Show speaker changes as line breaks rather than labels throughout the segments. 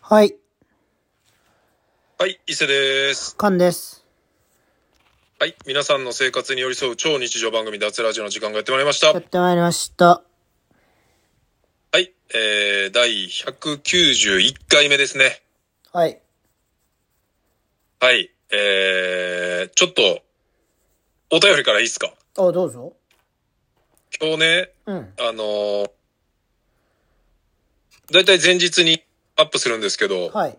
はい、
はい、伊勢です。
カンです。
はい、皆さんの生活に寄り添う超日常番組、脱ラジオの時間がやってまいりました。
やっ
は
てまいりました。
い、えー、第191回目ですね。
はい。
はい、えー、ちょっと、お便りからいいですか
あ、どうぞ。
今日ね、
うん。
あのー、だいたい前日にアップするんですけど、
はい。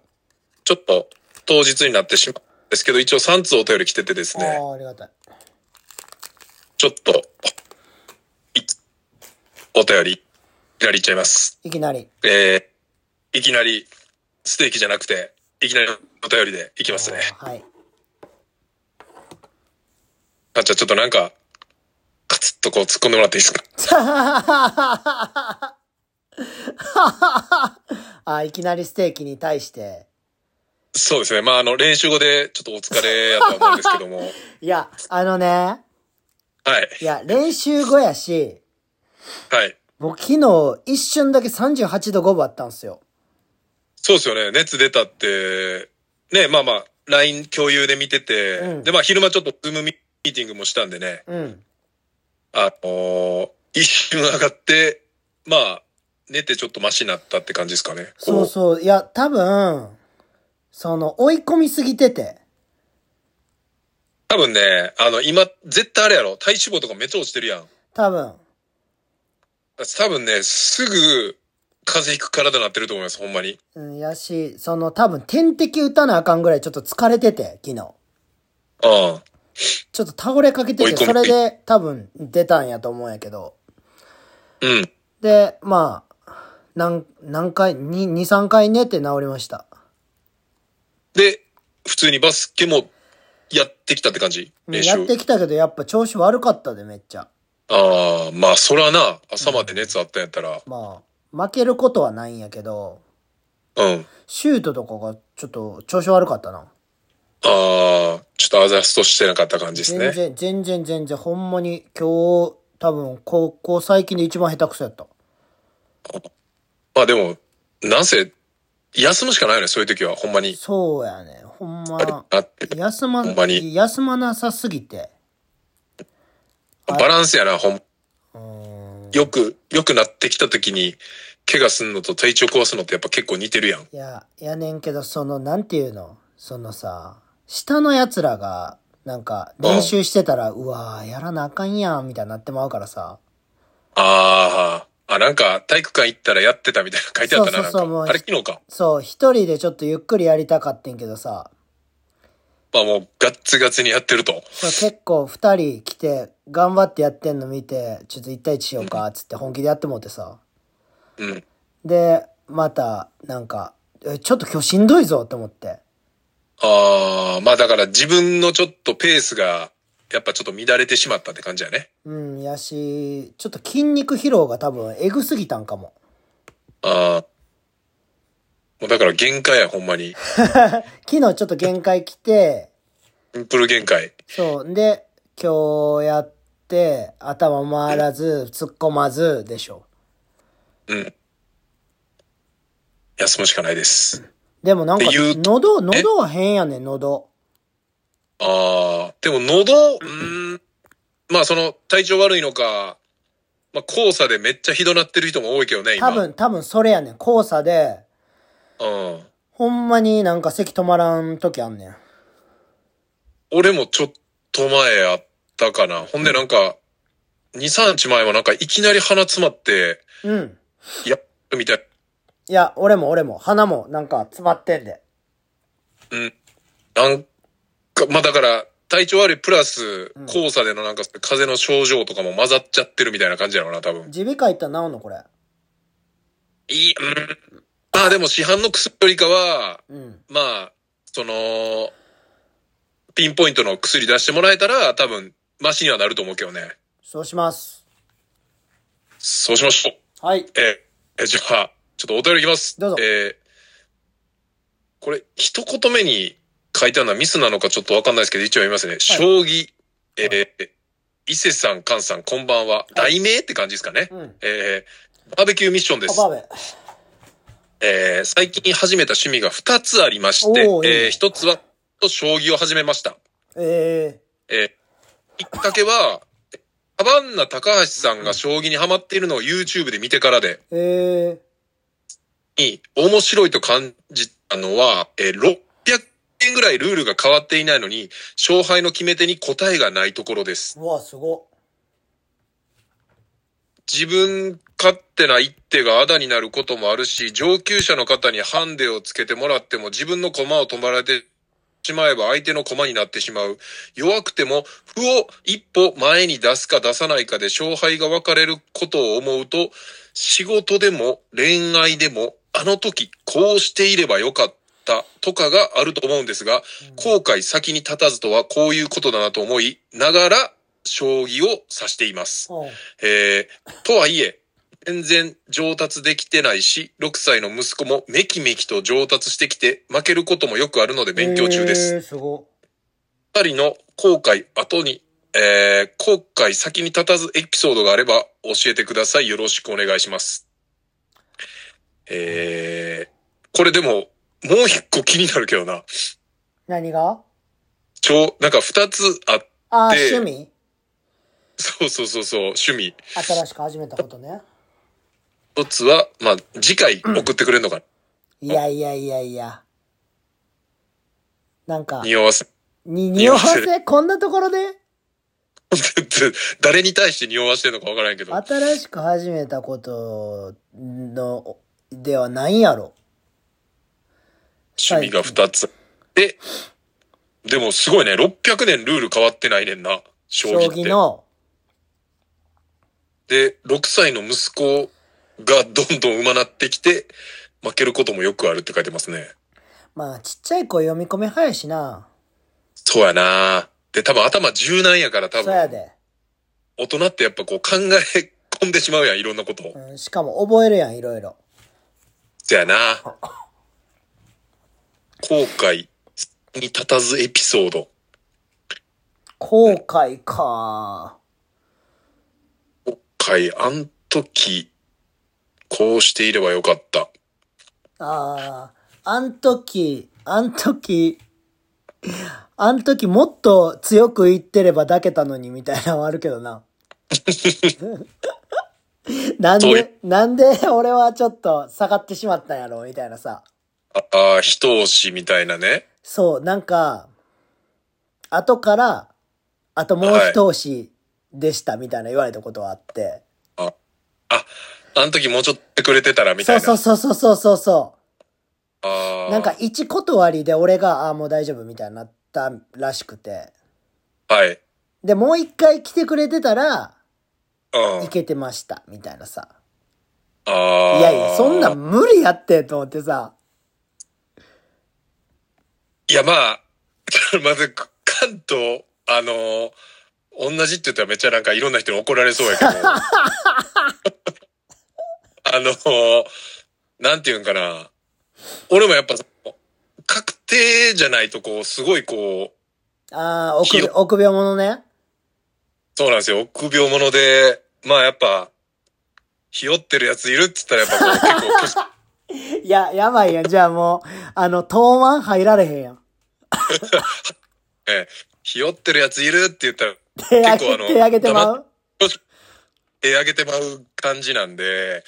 ちょっと当日になってしまうんですけど、一応3通お便り来ててです
あ
ね、
あ、ありがたい。
ちょっと、いお便り、いきなりいっちゃいます。
いきなり。
えーいきなり、ステーキじゃなくて、いきなりお便りでいきますね。
あーはい。
あ、じゃあちょっとなんか、カツッとこう突っ込んでもらっていいですか
あーいきなりステーキに対して。
そうですね。まあ、あの、練習後でちょっとお疲れやとは思うんですけども。
いや、あのね、
はい。
いや、練習後やし、
はい。
僕昨日一瞬だけ38度5分あったんですよ。
そうですよね。熱出たって、ね、まあまあ、LINE 共有で見てて、
うん
で、まあ、昼間ちょっとズームミーティングもしたんでね、
うん。
あのー一瞬上がって、まあ、寝てちょっとマシになったって感じですかね。
そうそう。いや、多分、その、追い込みすぎてて。
多分ね、あの、今、絶対あれやろ。体脂肪とかめっちゃ落ちてるやん。
多分。
多分ね、すぐ、風邪ひく体になってると思います、ほんまに。
うん、やし、その、多分、点滴打たなあかんぐらいちょっと疲れてて、昨日。
うん。
ちょっと倒れかけて
追い
て、
込み
それで多分出たんやと思うんやけど。
うん。
で、まあ、何、何回、に、2、3回寝て治りました。
で、普通にバスケも、やってきたって感じ練習。
やってきたけど、やっぱ調子悪かったで、めっちゃ。
ああ、まあ、そらな、朝まで熱あったんやったら、
まあ、負けることはないんやけど、
うん。
シュートとかがちょっと調子悪かったな。
ああ、ちょっとあざすとしてなかった感じです
全
ね。
然、全然、全然、ほんまに今日、多分、高校最近で一番下手くそやった。
まあでも、なんせ、休むしかないよね、そういう時は、ほんまに。
そうやね、ほん
あれ
ま。
あって
休ま
ほんまに
休まなさすぎて。
バランスやな、ほん、
うーん。
よく、よくなってきた時に、怪我すんのと体調壊すのってやっぱ結構似てるやん。
いや、やねんけど、その、なんていうのそのさ、下の奴らが、なんか、練習してたら、うわーやらなあかんやん、みたいになってまうからさ。
ああ、あ、なんか体育館行ったらやってたみたいな書いてあったな、
そう
なん
そうそうもう
か。あれ昨日か。
そう、一人でちょっとゆっくりやりたかってんけどさ、
まあもうガッツガツにやってると。
これ結構二人来て、頑張ってやってんの見て、ちょっと一対一しようか、つって本気でやってもうてさ。
うん。
で、また、なんか、えちょっと今日しんどいぞ、と思って。
ああ、まあだから自分のちょっとペースが、やっぱちょっと乱れてしまったって感じやね。
うん、やし、ちょっと筋肉疲労が多分、えぐすぎたんかも。
ああ。もうだから限界や、ほんまに。
昨日ちょっと限界来て、
シンプル限界。
そう。で、今日やって、頭回らず、突っ込まず、でしょ。
うん。休むしかないです。
でもなんか、
っていう
喉、喉は変やねん、喉。
ああ、でも喉、うーん、まあその体調悪いのか、まあ黄砂でめっちゃひどなってる人も多いけどね、今。
多分、多分それやねん。交差で、
うん。
ほんまになんか咳止まらん時あんねん。
俺もちょっと前あったかな。ほんでなんか、2、3日前はなんかいきなり鼻詰まって、
うん。
やっみたい。
いや、俺も俺も、鼻もなんか詰まってんで。
うん。なんか、まあだから、体調悪いプラス、黄砂でのなんか風邪の症状とかも混ざっちゃってるみたいな感じやろうな、多分。
耳鼻科行ったら治んの、これ。
いい、うん。まあでも市販の薬よりかは、
うん。
まあ、その、ピンポイントの薬出してもらえたら、多分、マシにはなると思うけどね。
そうします。
そうしましょう。
はい。
えー、えー、じゃあ、ちょっとお便りいきます。
どうぞ
えーこれ、一言目に書いてあるのはミスなのかちょっとわかんないですけど、一応言いますね。将棋、えー伊勢さん、菅さん、こんばんは。題名って感じですかね。
うん。
えーバーベキューミッションで
あ、
す。
バーベ。
えー最近始めた趣味が2つありまして、
おーいいね
え1つは、将棋を始めました。
え
えーきっかけは、サバンナ高橋さんが将棋にハマっているのを YouTube で見てからで、
ええ
に面白いと感じたのは、えー600件ぐらいルールが変わっていないのに、勝敗の決め手に答えがないところです。
ー、うわ、すごっ。
自分勝手な一手があだになることもあるし、上級者の方にハンデをつけてもらっても自分の駒を止まられてしまえば相手の駒になってしまう。弱くても歩を一歩前に出すか出さないかで勝敗が分かれることを思うと、仕事でも恋愛でもあの時こうしていればよかったとかがあると思うんですが、後悔先に立たずとはこういうことだなと思いながら将棋を指しています。
うん。
えーとはいえ、全然上達できてないし、6歳の息子もめきめきと上達してきて、負けることもよくあるので勉強中です。
えー、すご
二、人の後悔後に、えー後悔先に立たずエピソードがあれば教えてください。よろしくお願いします。えーこれでも、もう一個気になるけどな。
っ。何が
ちょ、なんか二つあ、
あー、
で
趣味
そうそうそうそう、趣味。
新しく始めたことね。
一つは、まあ、次回送ってくれるのかな。
いやいやいやいや。なんか、
匂わせ。
に、匂わ
匂わ
せこんなところで
誰に対して匂わしてるのかわからんけど。
新しく始めたことの、ではないやろ。
趣味が2つ。で、でもすごいね、600年ルール変わってないねんな、将
将
棋って。
棋の、
で、6歳の息子がどんどん上手なってきて、負けることもよくあるって書いてますね。
まあ、ちっちゃい子読み込み早いしな。
そうやなで、多分頭柔軟やから多
そうや
分、
で。
大人ってやっぱこう考え込んでしまうやん、いろんなことを。
うん、しかも覚えるやん、いろいろ。
そ うやな後悔に立たずエピソード。
後悔か。
今回、あん時、こうしていればよかった。
ああ、あん時、あん時、あん時もっと強く言ってれば抱けたのにみたいなのはあるけど な。なん
そうよ
で、なんで俺はちょっと下がってしまったんやろみたいなさ。
ああ、一押しみたいなね。
そう、なんか、後から、あともう一押しでしたみたいな言われたことはあって。
あ、あ、あの時もうちょっとやってくれてたらみたい
そう
な。
そうそうそうそうそうそう。
ああ
なんか一断りで俺が、ああ、もう大丈夫みたいになったらしくて。
はい。
で、もう一回来てくれてたら、
うん。
い
あ
けてました、みたいなさ。
あ。
いやいや、そんなん。無理やって、と思ってさ。
いや、まあ、 まず、関東、あのー同じって言ったらめっちゃなんかいろんな人に怒られそ うやけど。あのーなんて言うんかな。俺もやっぱ、確定じゃないとこう、すごいこう、
ああ、臆
ひ
病、臆病者ね。
そうなんですよ。臆病者で、まあやっぱ、ひよってるやついるっつったらやっぱこう結構、
いや、やばいやん。じゃあもう、あの、当番入られへんやん。
ええひよってるやついるって言ったら、
手上
結構
げ、
あの
手上げてまう
手上げてまう感じなんで、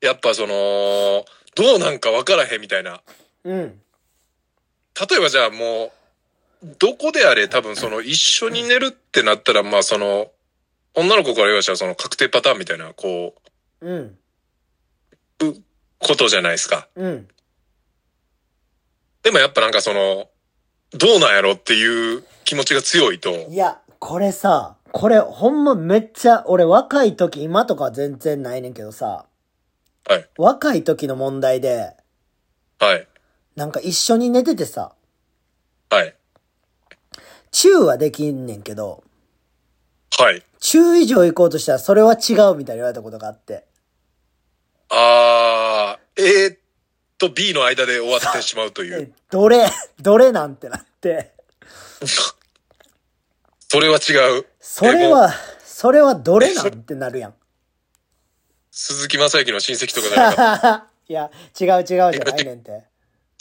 やっぱその、どうなんかわからへんみたいな。
うん。
例えばじゃあもう、どこであれ多分その一緒に寝るってなったら、まあその、女の子から言わしたらその確定パターンみたいな、こう、
うん。
ことじゃないですか。
うん。
でもやっぱなんかその、どうなんやろっていう気持ちが強いと。
いや、これさ、これほんまめっちゃ、俺若い時、今とかは全然ないねんけどさ、
はい。
若い時の問題で、
はい。
なんか一緒に寝ててさ、
はい。
チューはできんねんけど、
はい。
中以上行こうとしたらそれは違うみたいに言われたことがあって。
あー、A と B の間で終わってしまうとい
え
う。、
どれ、 どれなんてなって。
それは違う。
それ
でも。
は、それはどれなんてなるやん。
鈴木正幸の親戚とかじゃなかっ
いいや、違う違うじゃないねん て。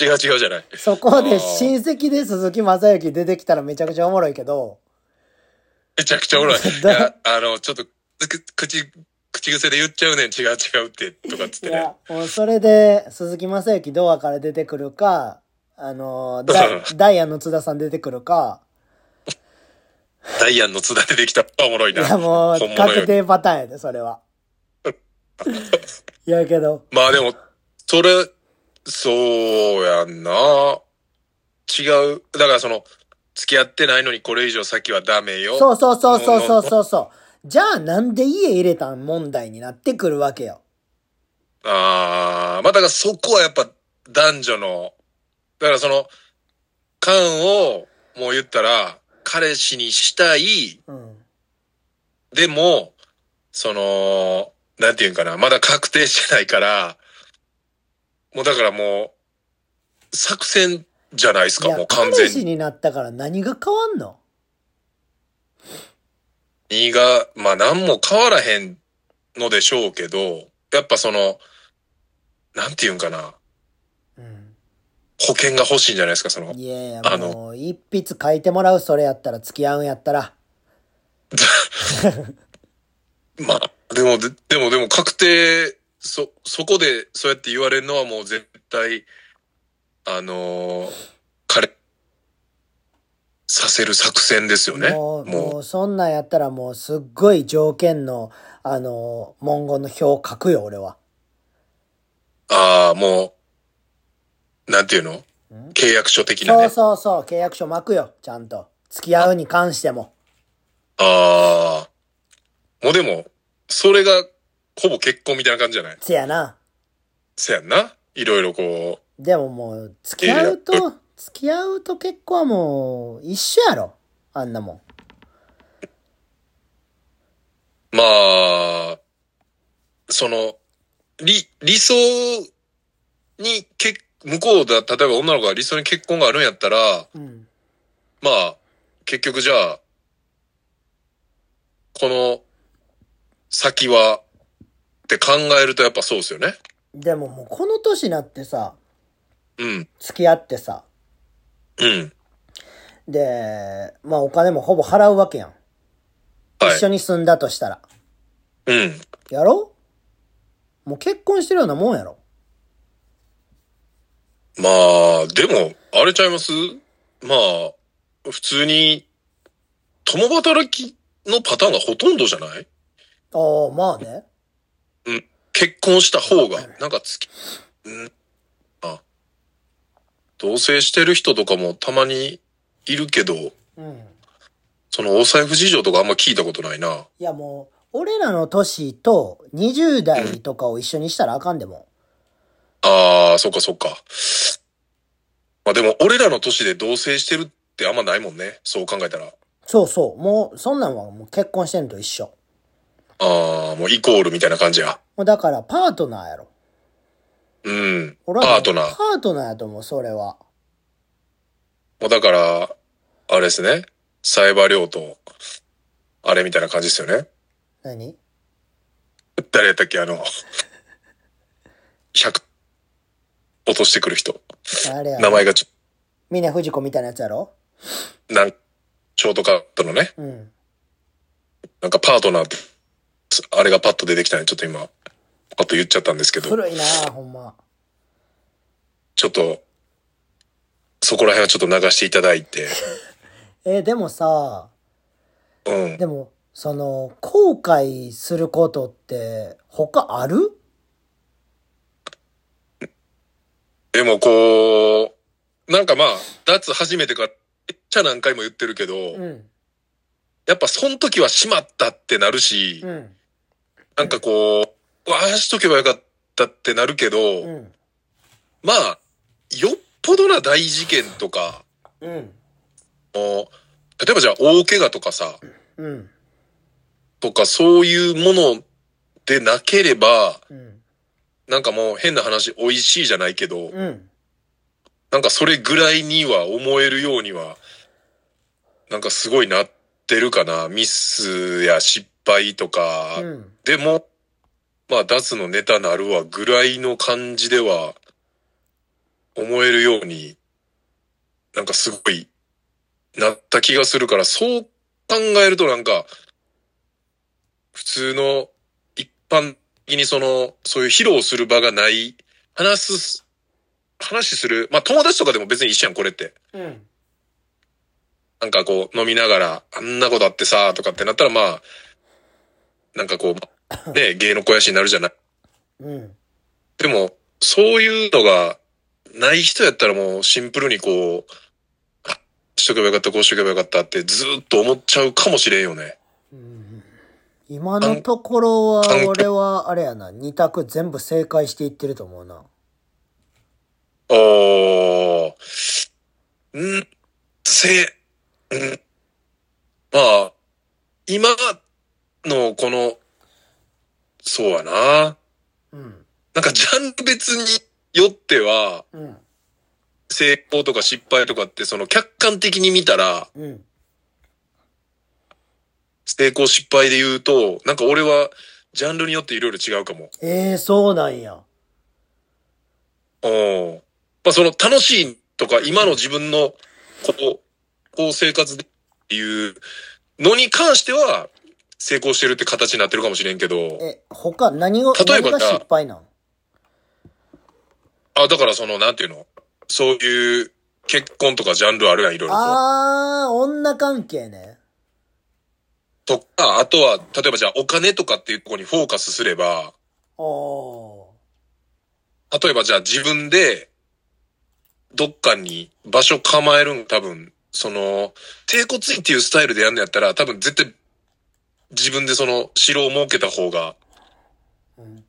違う違うじゃない。
そこ
あー
で親戚で鈴木正幸出てきたらめちゃくちゃおもろいけど、
めちゃくちゃおも ろい。い
だ
や、あの、ちょっと、く口、口癖で言っちゃうねん、違う違うって、とかっつっ
い
てね
や。、もうそれで鈴木正幸ドアから出てくるか、あの、 ダイダイアンの津田さん出てくるか、
ダイアンの津田出てきた。おもろい
い
な。
やもう
本物よ
確定パターンやで、それ は。いやけど、
まあでも、それ、そうやんな。違う。だからその、付き合ってないのにこれ以上先はダメよ。
そうそうそうそうそうそうそう。じゃあなんで家入れたん問題になってくるわけよ。
ああ、まあだからそこはやっぱ男女の、だからその、感を、もう言ったら、彼氏にしたい、
うん。
でも、その、なんていうんかな、まだ確定してないから、もうだからもう、作戦じゃないです
い
か、
や
もう、完
彼
全
氏
に。
になったから何が変わんの
身が、まあ何も変わらへんのでしょうけど、やっぱその、なんていうんかな、
うん。
保険が欲しいんじゃないですか、その。
いやいや、
あの
もう、一筆書いてもらう、それやったら、付き合うんやったら。
まあ、でも、ででも、でも確定、そ、そこでそうやって言われるのはもう絶対、あのー彼、させる作戦ですよね。
もう、
もう、
もう、そんなんやったら、もう、すっごい条件の、あの、文言の表を書くよ、俺は。
ああ、もう、なんていうの
ん
契約書的な
そ
ね。
うそうそう、契約書巻くよ、ちゃんと。付き合うに関しても。
ああ、もうでも、それが、ほぼ結婚みたいな感じじゃない
せやな。
せやんな。いろいろこ
でももう、付き合う
いや
と、付き合うと結構はもう、一緒やろ。あんなもん。
う、まあ、その、理、理想に結、向こうだ、例えば女の子が理想に結婚があるんやったら、
うん。
まあ、結局じゃあ、この先は、って考えるとやっぱそうですよね。
でももう、この年になってさ、
うん、
付き合ってさ、
うん、
で、まあお金もほぼ払うわけやん。
はい
一緒に住んだとしたら。
うん。
やろもう結婚してるようなもんやろ。
まあ、でも、あれちゃいますまあ、普通に、共働きのパターンがほとんどじゃない
ああ、まあね。
結婚した方が、なんかつき、うん、あ、同棲してる人とかもたまにいるけど、
うん。
そのお財布事情とかあんま聞いたことないな。
いやもう、俺らの年と20代とかを一緒にしたらあかんでも。
ああ、そっかそっか。まあでも、俺らの年で同棲してるってあんまないもんね。そう考えたら。あ
そうそう。もう、そんなんはもう結婚してんのと一緒。
あ、もうイコールみたいな感じや。
もうだからパートナーやろ。
うん。
俺はもう
パートナー
パートナーやと思う、それは。
もうだから、あれですね。サイバー量と、あれみたいな感じですよね。
何
誰やったっけあの、100、落としてくる人。
あれや
名
ろ。
前がち
峰不二子みたいなやつやろ
ょ、なん、ショートカットのね。
うん。
なんかパートナーって、あれがパッと出てきたね。ちょっと今、パッと言っちゃったんですけど、
古いなあほんま。
ちょっと、そこら辺はちょっと流していただいて、
えーでもさ、
うん。
でも、その、後悔することって、他ある
でもこう、なんかまあ、脱初めてから、めっちゃ何回も言ってるけど、
うん。
やっぱその時はしまったってなるし、
うん。
なんかこう、うわああしとけばよかったってなるけど、
うん。
まあ、よっぽどな大事件とか、
うん。
もう例えばじゃあ大怪我とかさ、
うん。
とかそういうものでなければ、
うん。
なんかもう変な話、美味しいじゃないけど、
うん。
なんかそれぐらいには思えるようには、なんかすごいなってるかな。ミスや失敗とか、
うん。
でも、まあ、ダスのネタなるわぐらいの感じでは、思えるように、なんかすごい、なった気がするから、そう考えるとなんか、普通の一般的にその、そういう披露する場がない、話す、話する、まあ友達とかでも別に一緒やん、これって。
うん。
なんかこう飲みながら、あんなことあってさ、とかってなったらまあ、なんかこう、ね、芸の肥やしになるじゃない。
うん。
でも、そういうのがない人やったらもうシンプルにこう、あしとけばよかった、こうしとけばよかったってずーっと思っちゃうかもしれんよね。
うん今のところは
あん、
俺は、あれやな、二択全部正解していってると思うな。
あー、ん、せ、ん、まあ、今のこの、そうやな。
うん。
なんかジャンル別によっては、
うん。
成功とか失敗とかって、その客観的に見たら、
うん。
成功失敗で言うと、なんか俺は、ジャンルによっていろいろ違うかも。
ええそうなんや。
うん。まあその楽しいとか、今の自分の、こう、こう生活でっていうのに関しては、成功してるって形になってるかもしれんけど、
え、他、何が、
例えば
何が失敗なん
あ、だからその、なんていうのそういう、結婚とかジャンルあるやん、いろいろと。
あー、女関係ね。
とか、あとは、例えばじゃあお金とかっていうところにフォーカスすれば、
おー。
例えばじゃあ自分で、どっかに場所構えるん、多分、その、低骨院っていうスタイルでやるのやったら、多分絶対、自分でその、城を設けた方が、
うん。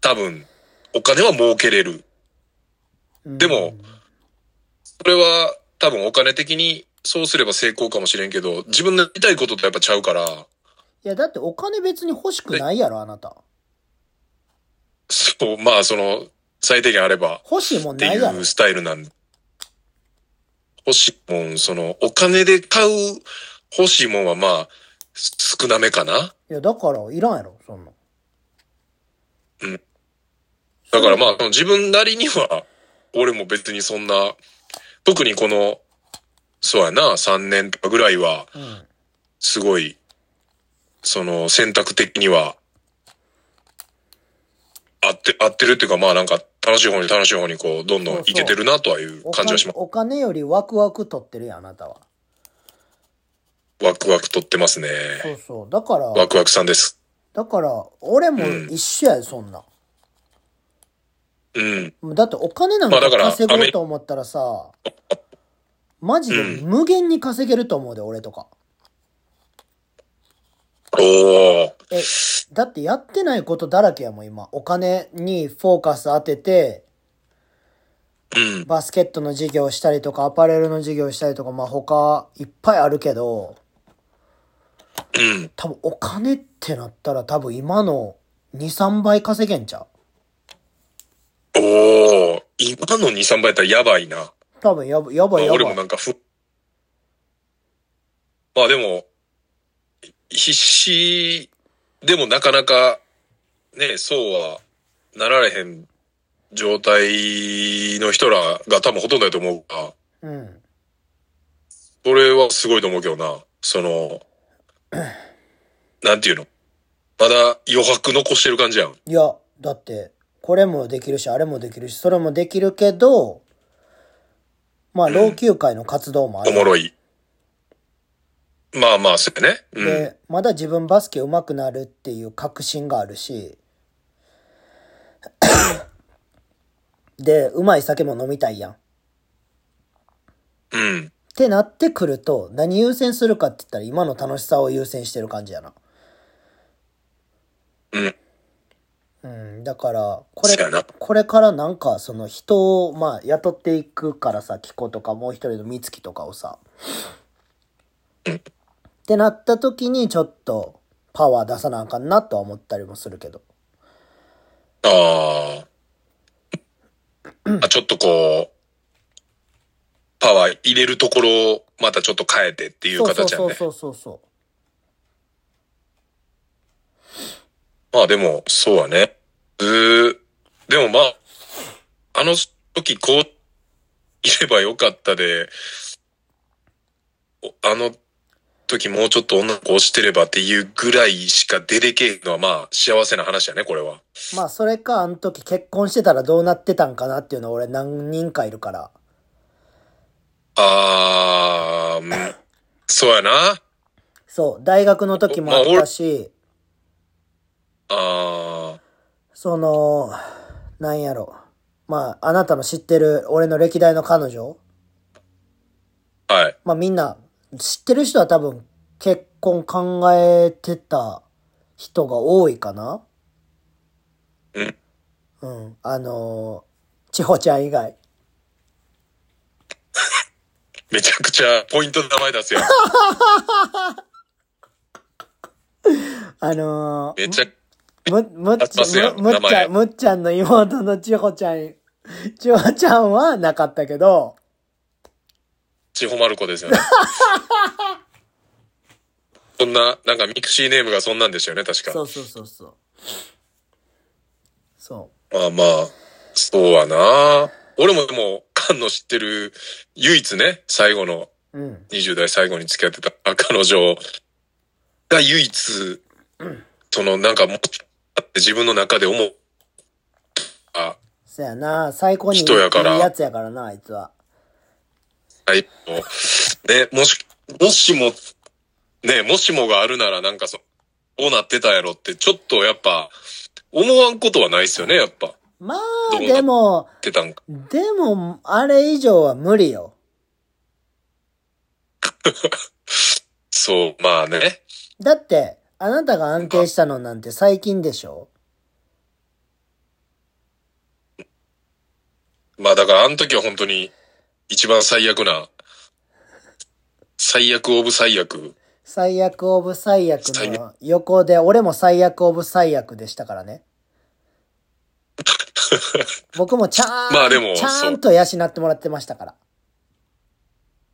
多分、お金は儲けれる。でもそれは、多分お金的に、そうすれば成功かもしれんけど、自分のやりたいこととやっぱちゃうから、
いや、だってお金別に欲しくないやろ、あなた。
そう、まあその、最低限あれば。
欲しいも
っ
ん
て
ないやろ
いう。スタイルなんで。欲しいもん、その、お金で買う欲しいもんはまあ、す少なめかな。
いや、だから、いらんやろ、そんな。
うん。だからまあ、その自分なりには、俺も別にそんな、特にこの、そうやな、3年とかぐらいは、
うん。
すごい、その、選択的には、合って、合ってるっていうか、まあなんか、楽しい方に楽しい方にこう、どんどんいけてるなとはいう
お
感じ
金
はします。
お金よりワクワク取ってるやん、あなたは。
ワクワクとってますね。
そうそう。だから、
ワクワクさんです。
だから、俺も
うん
一緒やで、そんな。
うん。
だってお金なん
ま
か
あだから
稼ご
アメ
う
リ
と思ったらさ、マジで
う
無限に稼げると思うで、俺とか。
おお。
え、だってやってないことだらけやもん、今。お金にフォーカス当てて、
うん。
バスケットの授業をしたりとか、アパレルの授業をしたりとか、まあ他いっぱいあるけど、
うん。
多分お金ってなったら多分今の2、3倍稼げんちゃう
おお。今の2、3倍やったらやばいな。
多分やばやばいや
俺も
ば。
ないんかふ、まあでも、必死でもなかなか、ね、そうはなられへん状態の人らが多分ほとんどだと思うから、
うん。
それはすごいと思うけどな。そ の、なんていうのまだ余白残してる感じやん。
いや、だって、これもできるし、あれもできるし、それもできるけど、まあ、老朽会の活動もあ
おも
る。
ろい。まあまあ、そうやね。うん。
で、まだ自分バスケ上手くなるっていう確信がある し、で、うまい酒も飲みたいやん。っ
うん。
てなってくると、何優先するかって言ったら、今の楽しさを優先してる感じやな。
うん。
うん、だから、これ
そうやな、
これからなんか、その人を、まあ、雇っていくからさ、キコとか、もう一人の美月とかをさ、ってなった時に、ちょっと、パワー出さなあかんなとは思ったりもするけど。
ああ。あ、ちょっとこう、パワー入れるところをまたちょっと変えてっていう
そう
形や
そう
ね。
そうそうそう。
まあでも、そうはね。うー、でもまあ、あの時こう、いればよかったで、おあの時もうちょっと女の子をしてればっていうぐらいしか出てけえのはまあ幸せな話やね、これは。
まあそれかあの時結婚してたらどうなってたんかなっていうのは俺何人かいるから
あー、うんそうやな。
そう大学の時もあったし
あー、
そのなんやろまああなたの知ってる俺の歴代の彼女
はい。
まあみんな知ってる人は多分結婚考えてた人が多いかな
うん。
うんあの千穂ちゃん以外
めちゃくちゃポイントの名前 出すやん。
あの
めちゃ、
む、むっ
出します
ちゃ
や
ん、
ん
むむっち
名
ゃ
前
ん、むっちゃんの妹の千穂ちゃん、千穂ちゃんはなかったけど、
ちほまる子ですよね。そんな、なんかミクシーネームがそんなんでしたよね、確か。
うそうそうそう。そ
まあまあ、そうはな。俺もでも、菅の知ってる、唯一ね、最後の、
う。うん。
20代最後に付き合ってたあ彼女が唯一、そのなんかもう、自分の中で思う、あ、
そやな、最高にいい
人やから
いいやつやからな、あいつは。
はい、もうね、もし、もしも、ね、もしもがあるならなんかそ、どうなってたやろって、ちょっとやっぱ、思わんことはないっすよね、やっぱ。
まあ、
どうな
でも、
てたんか。
でも、あれ以上は無理よ。
そう、まあね。
だって、あなたが安定したのなんて最近でしょ
まあだからあの時は本当に、一番最悪な、最悪オブ最悪。
最悪オブ最悪の横で、俺も最悪オブ最悪でしたからね。僕もちゃーん、
まあでも
ちゃーんと養ってもらってましたから。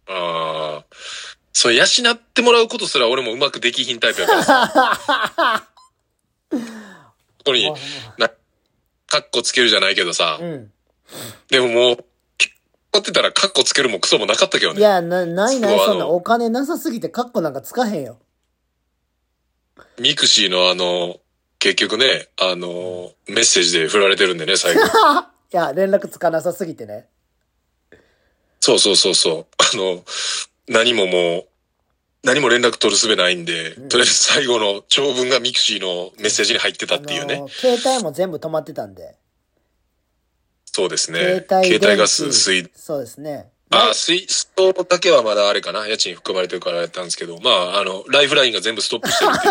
ああ。そう、養ってもらうことすら俺もうまくできひんタイプやからさ。ここに、な、カッコつけるじゃないけどさ。
うん。
でももう、こってたらカッコつけるもクソもなかったけど
い
ね。
や、な、ないな
そ
い、
うあの
そんなお金なさすぎてカッコなんかつかへんよ。
ミクシーのあの、結局ね、あの、メッセージで振られてるんで ね、最後。
いや、連絡つかなさすぎてね。
そうそうそうそう。あの、何ももう、何も連絡取るすべないんで、とりあえず最後の長文がミクシーのメッセージに入ってたっていうね。
あの携帯も全部止まってたんで。
そうですね。
携
携
帯
帯
電池
ガス、水、
そうですね。
あ、水、ストだけはまだあれかな。家賃含まれてるからやったんですけど、まあ、あの、ライフラインが全部ストップしてるってい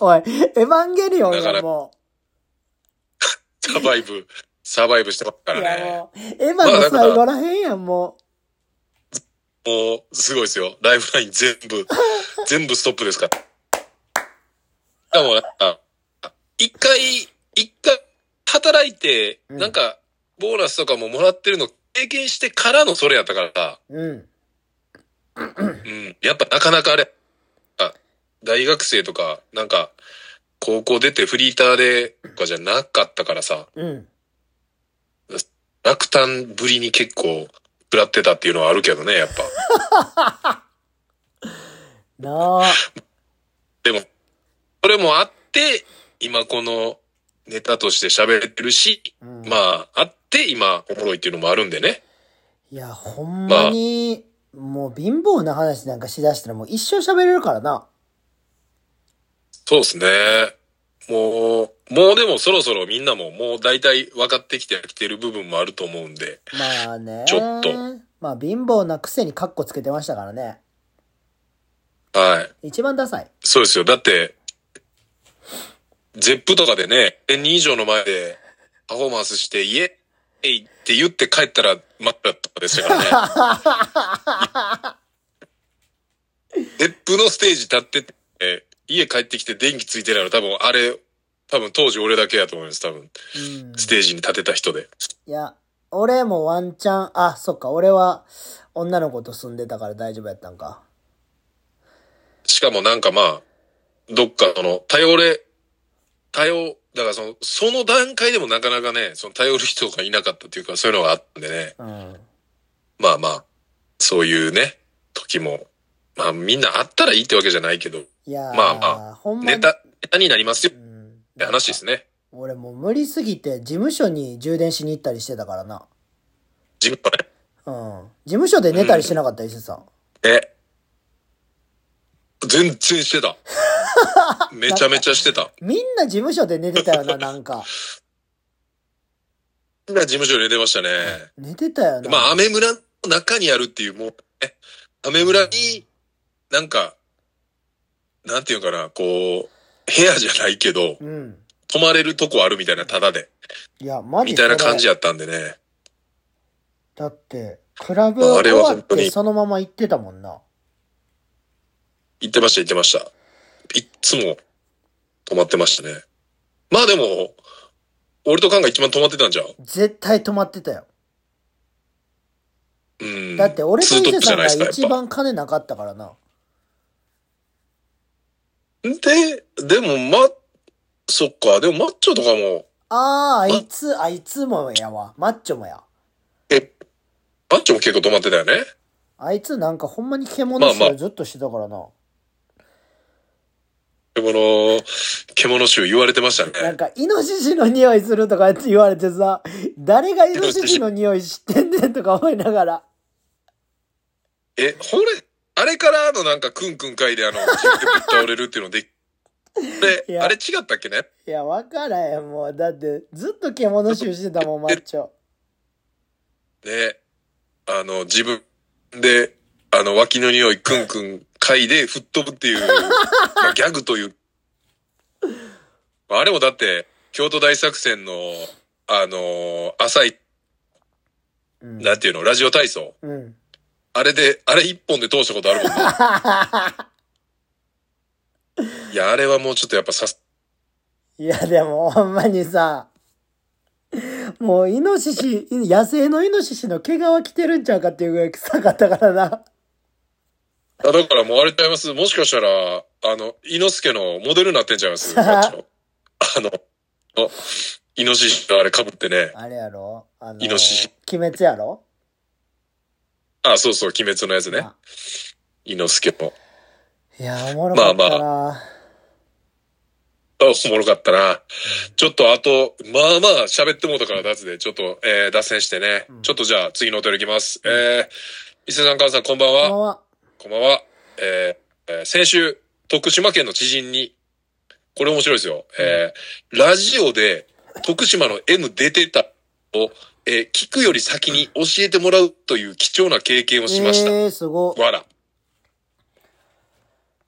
おい、エヴァンゲリオン
だか
よ、
ら
も
う、サバイブ、サバイブしてますか
う。
ら
いや、
ね。
もう、エヴァの最後らへんやん、も
もう、すごいですよ。ライフライン全 部、全部ストップですから。しかも、あ、一回、一回、働いて、
うん
なんか、ボーナスとかももらってるの経験してからのそれやったからさ。
う。うん。
うん。やっぱなかなかあれ、あ、大学生とか、なんか、高校出てフリーターで、とかじゃなかったからさ、
うん。
落胆ぶりに結構、食らってたっていうのはあるけどね、やっぱ。
なあ。
でも、それもあって、今このネタとして喋れてるし、
うん
まあ、あって今、おもろいっていうのもあるんでね。
いや、ほんまに、もう貧乏な話なんかしだしたらもう一生喋れるからな。
そうですね。もう、もうでもそろそろみんなももう大体分かってきてきてる部分もあると思うんで。
まあね。
ちょっと
まあ貧乏なくせにカッコつけてましたからね。
はい。
一番ダサい。
そうですよ。だって、ゼップとかでね、1000人以上の前でパフォーマンスして、イエーイって言って帰ったら真っ暗とかでしたからね。ゼップのステージ立ってて、え家帰ってきて電気ついてないの多分あれ、多分当時俺だけやと思います。多分、
うん。
ステージに立てた人で。
いや、俺もワンチャン、あ、そっか、俺は女の子と住んでたから大丈夫やったんか。
しかもなんかまあ、どっかその、頼れ、頼、だからその、その段階でもなかなかね、その頼る人がいなかったというか、そういうのがあったんでね。
うん。
まあまあ、そういうね、時も、まあみんなあったらいいってわけじゃないけど、
いやー、
まあま
ほんま
ネタ、ネタになりますよ
う
っ
ん、
て話ですね。
俺もう無理すぎて事務所に充電しに行ったりしてたからな。
自分はね。
うん。事務所で寝たりしてなかった、伊勢さん。
え。全然してた。めちゃめちゃしてた。
みんな事務所で寝てたよ な、なんか。
みんな事務所に寝てましたね。
寝てたよな。
まあ、アメ村の中にあるっていう、もう、ね、アメ村に、なんか、なんていうかな、こう、部屋じゃないけど、
うん。
泊まれるとこあるみたいな、タダで、
いや、マジ
みたいな感じ
や。
やったんでね。
だって、クラブ
まああ
終
れは
わっ
本当に
てそのまま行ってたもんな。
行ってました、行ってました。いっつも、泊まってましたね。まあでも、俺とカンが一番泊まってたんじゃん。
絶対泊まってたよ。
うん。
だって俺と
ツー
伊
トッ
勢
プじ
さ
ゃ
ん
ない
が
ですか、やっ
一
ぱ。
番金なかったからな。
で、でも、ま、そっか、でも、マッチョとかも、
ああ、あいつ、あいつもやわ。マッチョもや。
え、マッチョも結構泊まってたよね。
あいつなんかほんまに獣
まあ
臭
ま
いずっとしてたからな。
獣、獣臭言われてました
な
ね
ん。か、イノシシの匂いするとかって言われてさ、誰がイノシシの匂い知ってんねんとか思いながら。
え、ほれ、あれからのなんかクンクン会で あの、自分でぶっ倒れるっていうので、
い
で、
や
あれ違ったっけね
いや、わからへん、もう。だって、ずっと獣臭してたもん、マッチョ。
ね、あの、自分で、あの、脇の匂いクンクン嗅いで吹っ飛ぶっ ていう、まあギャグという。あれもだって、京都大作戦の、あの、浅い、
うん。
なんていうの、ラジオ体操。
うん。
あれで、あれ一本で通したことあるもんね。 いや、あれはもうちょっとやっぱさす、
いや、でも、ほんまにさ、もう、イノシシ、野生のイノシシの毛皮着てるんちゃうかっていうぐらい臭かったからな。
あだからもうあれちゃいます。もしかしたら、あの、猪之助のモデルになってんちゃい ます。あっちのあの、のイノシシのあれ被ってね。
あれやろあの、
イノシシ
鬼滅やろ
あ、そうそう、鬼滅のやつね
あ。
猪之助も。
いや、おもろかったな。
あ、おもろかったな。ちょっとあと、まあまあ喋ってもうたから脱で、ちょっと、えー、脱線してね。
うん
ちょっとじゃあ次のお便りいきます。えー、伊勢さん、母さん、こんばん
こんば
は。
んは。
こんばんは。えーえー先週、徳島県の知人に、これ面白いですよ。えーラジオで徳島の M 出てたを、えー聞くより先に教えてもらうという貴重な経験をしました。
えー、すご。
わら。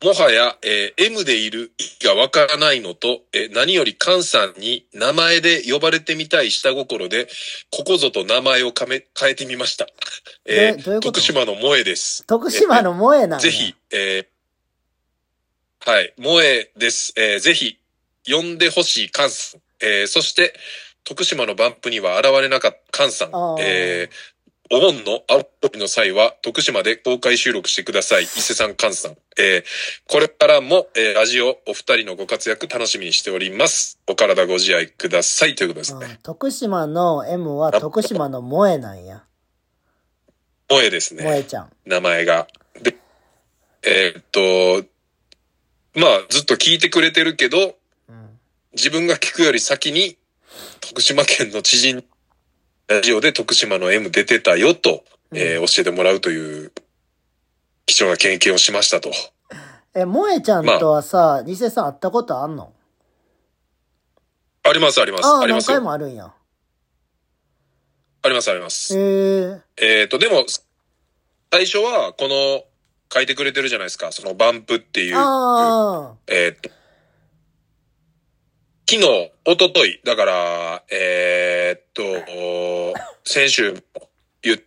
もはや、えー M でいる意義がわからないのと、えー何より菅さんに名前で呼ばれてみたい下心で、ここぞと名前をかめ変えてみました。え
え
ー
どういうこと
徳島の萌えです。
徳島の萌えなんや
ぜひ、えーはい、萌えです。えーぜひ、呼んでほしい菅さん。えーそして、徳島のバンプには現れなかった菅さん
あー。
えーお盆の青森の際は、徳島で公開収録してください。伊勢さん、菅さん。えーこれからも、えーラジオ、お二人のご活躍楽しみにしております。お体ご自愛ください。ということです
うん
ね。
徳島の M は徳島の萌えなんや。
萌えですね。
萌えちゃん。
名前が。で、えーっと、まあ、ずっと聞いてくれてるけど、
うん。
自分が聞くより先に、徳島県の知人、ラジオで徳島の M 出てたよと、えー教えてもらうという、貴重な経験をしましたと。
え、萌えちゃんとはさ、ニセさん会ったことあんの
あります、あります。
あ
あ
あ、
りま
何
す
回
よ。
もあるんや。
あります、ありま
え
す。
ー、
えーっと、でも、最初は、この、書いてくれてるじゃないですか。その、バンプっていう、
あ
えーっと、昨日、一昨日だから、えーっと、先週、ゆ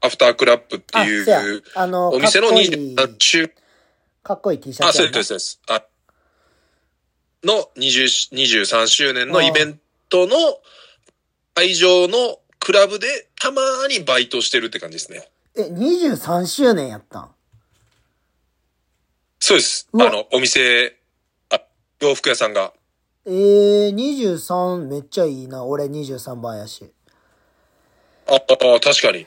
アフタークラップっ
あ、あ、
てい
せや
う、
あの、
お店の
かっこいい
23週、
かっこいい T シャ
あ、
ツ
そう
や
で
な。
す、そうです。あの20 23周年のイベントの会場のクラブでたまにバイトしてるって感じですね。
え、23周年やったん
そうです。
う
あ
わ
の、お店、あ洋服屋さんが。
えー、23めっちゃいいな。俺23番やし。
ああ、確かに。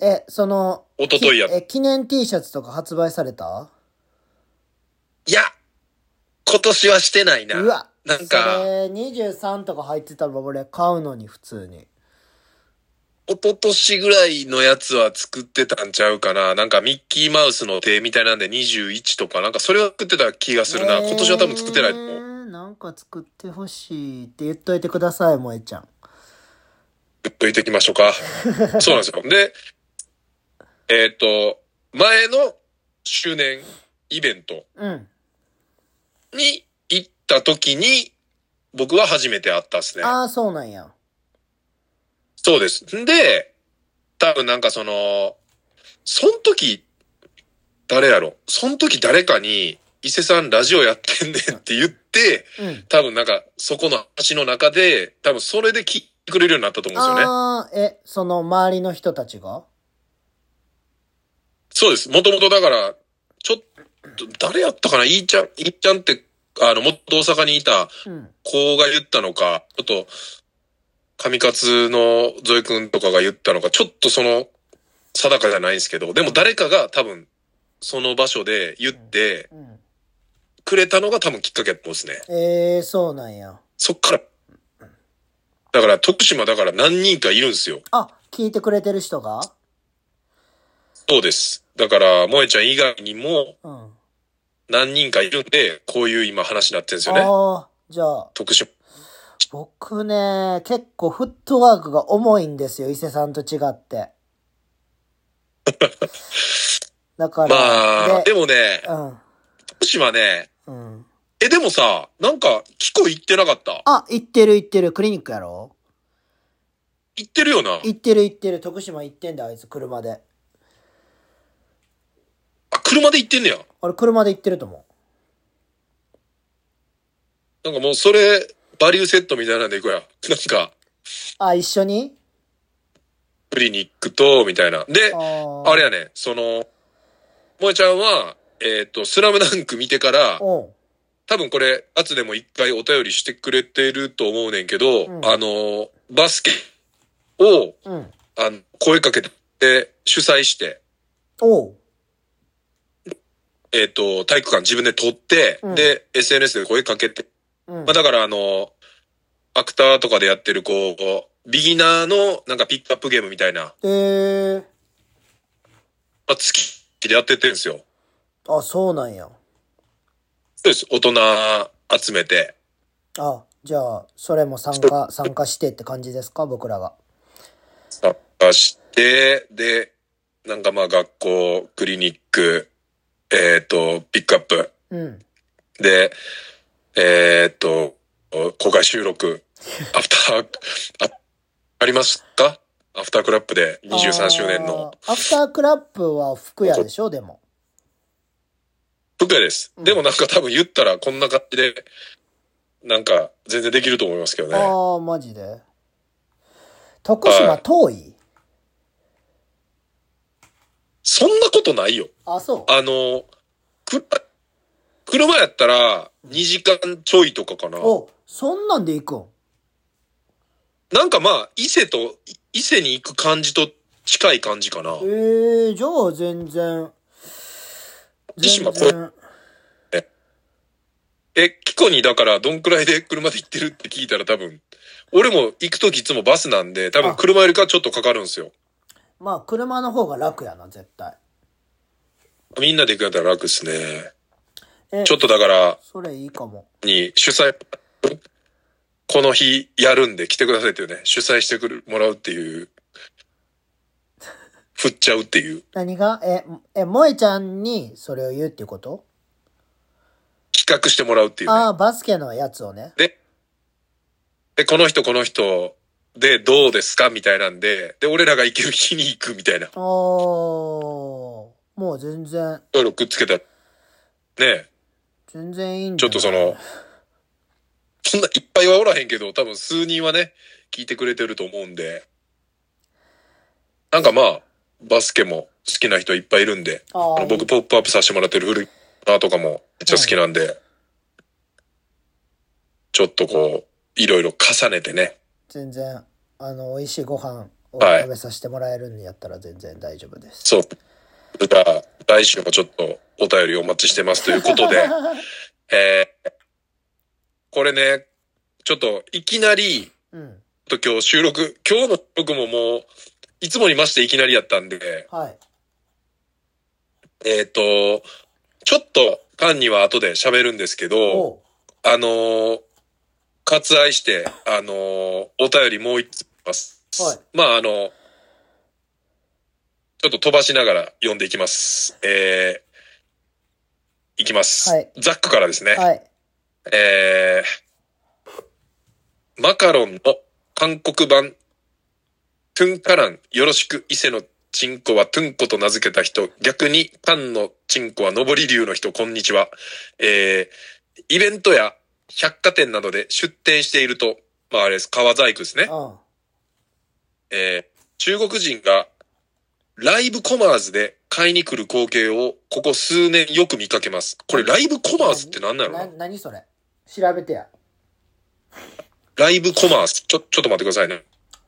え、その、
一昨日や
きえ、記念 T シャツとか発売された
いや、今年はしてないな。
うわ。
なんか
それ、23とか入ってたら俺買うのに普通に。
一昨年ぐらいのやつは作ってたんちゃうかな。なんかミッキーマウスの手みたいなんで21とか、なんかそれは作ってた気がするな。今年は多分作ってないと思
え
う。
ーなんか作ってほしいって言っといてください、萌えちゃん。
ぶっといていきましょうか。そうなんですよ。で、えっ、と、前の周年イベント
うん。
に行った時に、僕は初めて会ったんですね。
ああ、そうなんや。
そうです。で、多分なんかその、その時、誰やろその時誰かに、伊勢さんラジオやってんねんって言って、
うん。
多分なんか、そこの橋の中で、多分それで聞いてくれるようになったと思うんですよね。
ああ、え、その周りの人たちが
そうです。もともとだから、ちょっと、誰やったかなイーちゃん、イーちゃんって、あの、もっと大阪にいた
うん。
子が言ったのか、ちょっと、神勝のゾイくんとかが言ったのか、ちょっとその、定かじゃないんですけど、でも誰かが多分、その場所で言って
うん。
くれたのが多分きっかけだと思うんですね。
ええー、そうなんや。
そっから。だから、徳島だから何人かいるんですよ。
あ、聞いてくれてる人が
そうです。だから、萌えちゃん以外にも
うん。あ
何人かいるんで、こういう今話になってるんですよね。
あ、じゃあ、
徳島。
僕ね、結構フットワークが重いんですよ、伊勢さんと違 って。だから、
まあ、でもね、徳島ね、
うん。うん。
え、でもさ、なんか、キコ行ってなかった
あ、行ってる行ってる、クリニックやろ
行ってるよな。
行ってる行ってる、徳島行ってんだよ、あいつ、車で。
あ、車で行ってんねや。
俺、車で行ってると思
なんかもうそれ、バリューセットみたいなんで行こうや。なんか、
う。あ、一緒に
クリニックと、みたいな。で、
あ
あ
ー
れやね、その、萌えちゃんは、えっ、と、スラムダンク見てから、
うん。
多分これ、後でも一回お便りしてくれてると思うねんけど、
うん
あの、バスケを、
うん。
あの、声かけて、主催して、
おう。
えっ、と、体育館自分で撮って、
うん
で、SNS で声かけて、
うん
まあ、だからあの、アクターとかでやってるこう、こうビギナーのなんかピックアップゲームみたいな、
えー、
まあ、月でやっててるんですよ。
あ、そうなんや。
そうです。大人集めて。
あ、じゃあ、それも参加、参加してって感じですか僕らが。
参加して、で、なんかまあ学校、クリニック、えっ、と、ピックアップ。
うん。
で、えっ、と、公開収録、アフター、あ、ありますかアフタークラップで23周年の。
あー。アフタークラップは服屋でしょでも。
僕はです。
うん
でもなんか多分言ったらこんな感じで、なんか全然できると思いますけどね。
ああ、マジで。徳島遠い
そんなことないよ。
あ、そう。
あの、く、車やったら2時間ちょいとかかな。
お、そんなんで行くん
なんかまあ、伊勢と、伊勢に行く感じと近い感じかな。
ええじゃあ全然。
徳島
全然。
え、キコにだからどんくらいで車で行ってるって聞いたら多分、俺も行くときいつもバスなんで、多
あ
分車よりかちょっとかかるんですよ。
まあ、車の方が楽やな、絶対。
みんなで行くんやったら楽っすね。
え、
ちょっとだから、
それいいかも。
に主催、この日やるんで来てくださいっていうね、主催してくる、もらうっていう、振っちゃうっていう、
何がえ、え、萌えちゃんにそれを言うっていうこと
企画してもらうっていう、
あ
ね。
あ、バスケのやつをね。
で、で、この人この人でどうですかみたいなんで、で、俺らが行ける日に行くみたいな。い
おー、もう全然、
ろいろくっつけた。ねえ
全然いいん
ち
じ
ょ
ゃ
っ
ない
とその、そんないっぱいはおらへんけど、多分数人はね、聞いてくれてると思うんで。なんかまあ、バスケも好きな人いっぱいいるんで、
あー
あの僕ポップアップさせてもらってる古いなとかもめっちゃ好きなんで、ちょっとこう、いろいろ重ねてね。
全然、あの、美味しいご飯を
はい
食べさせてもらえるんやったら全然大丈夫です。
そう。じゃあ、来週もちょっとお便りお待ちしてますということで、えー、これね、ちょっといきなり、
うん。
ちょっと今日収録、今日の収録ももう、いつもにましていきなりやったんで、
はい。
えっ、と、ちょっと、パンには後で喋るんですけど、
おう
あのー割愛して、あのーお便りもう一つあります。
はい
まあ、あのちょっと飛ばしながら読んでいきます。えー、いきます。
はい
ザックからですね。
はい。
えー、マカロンの韓国版、トゥンカラン、よろしく、伊勢のチンコはトゥンコと名付けた人、逆にパンのチンコは上り竜の人、こんにちは。えー、イベントや百貨店などで出店していると、まああれです、川細工ですね。
うん。
えー中国人がライブコマーズで買いに来る光景をここ数年よく見かけます。これライブコマーズって何なの
な何それ調べてや。
ライブコマース。ちょ、ちょっと待ってくださいね。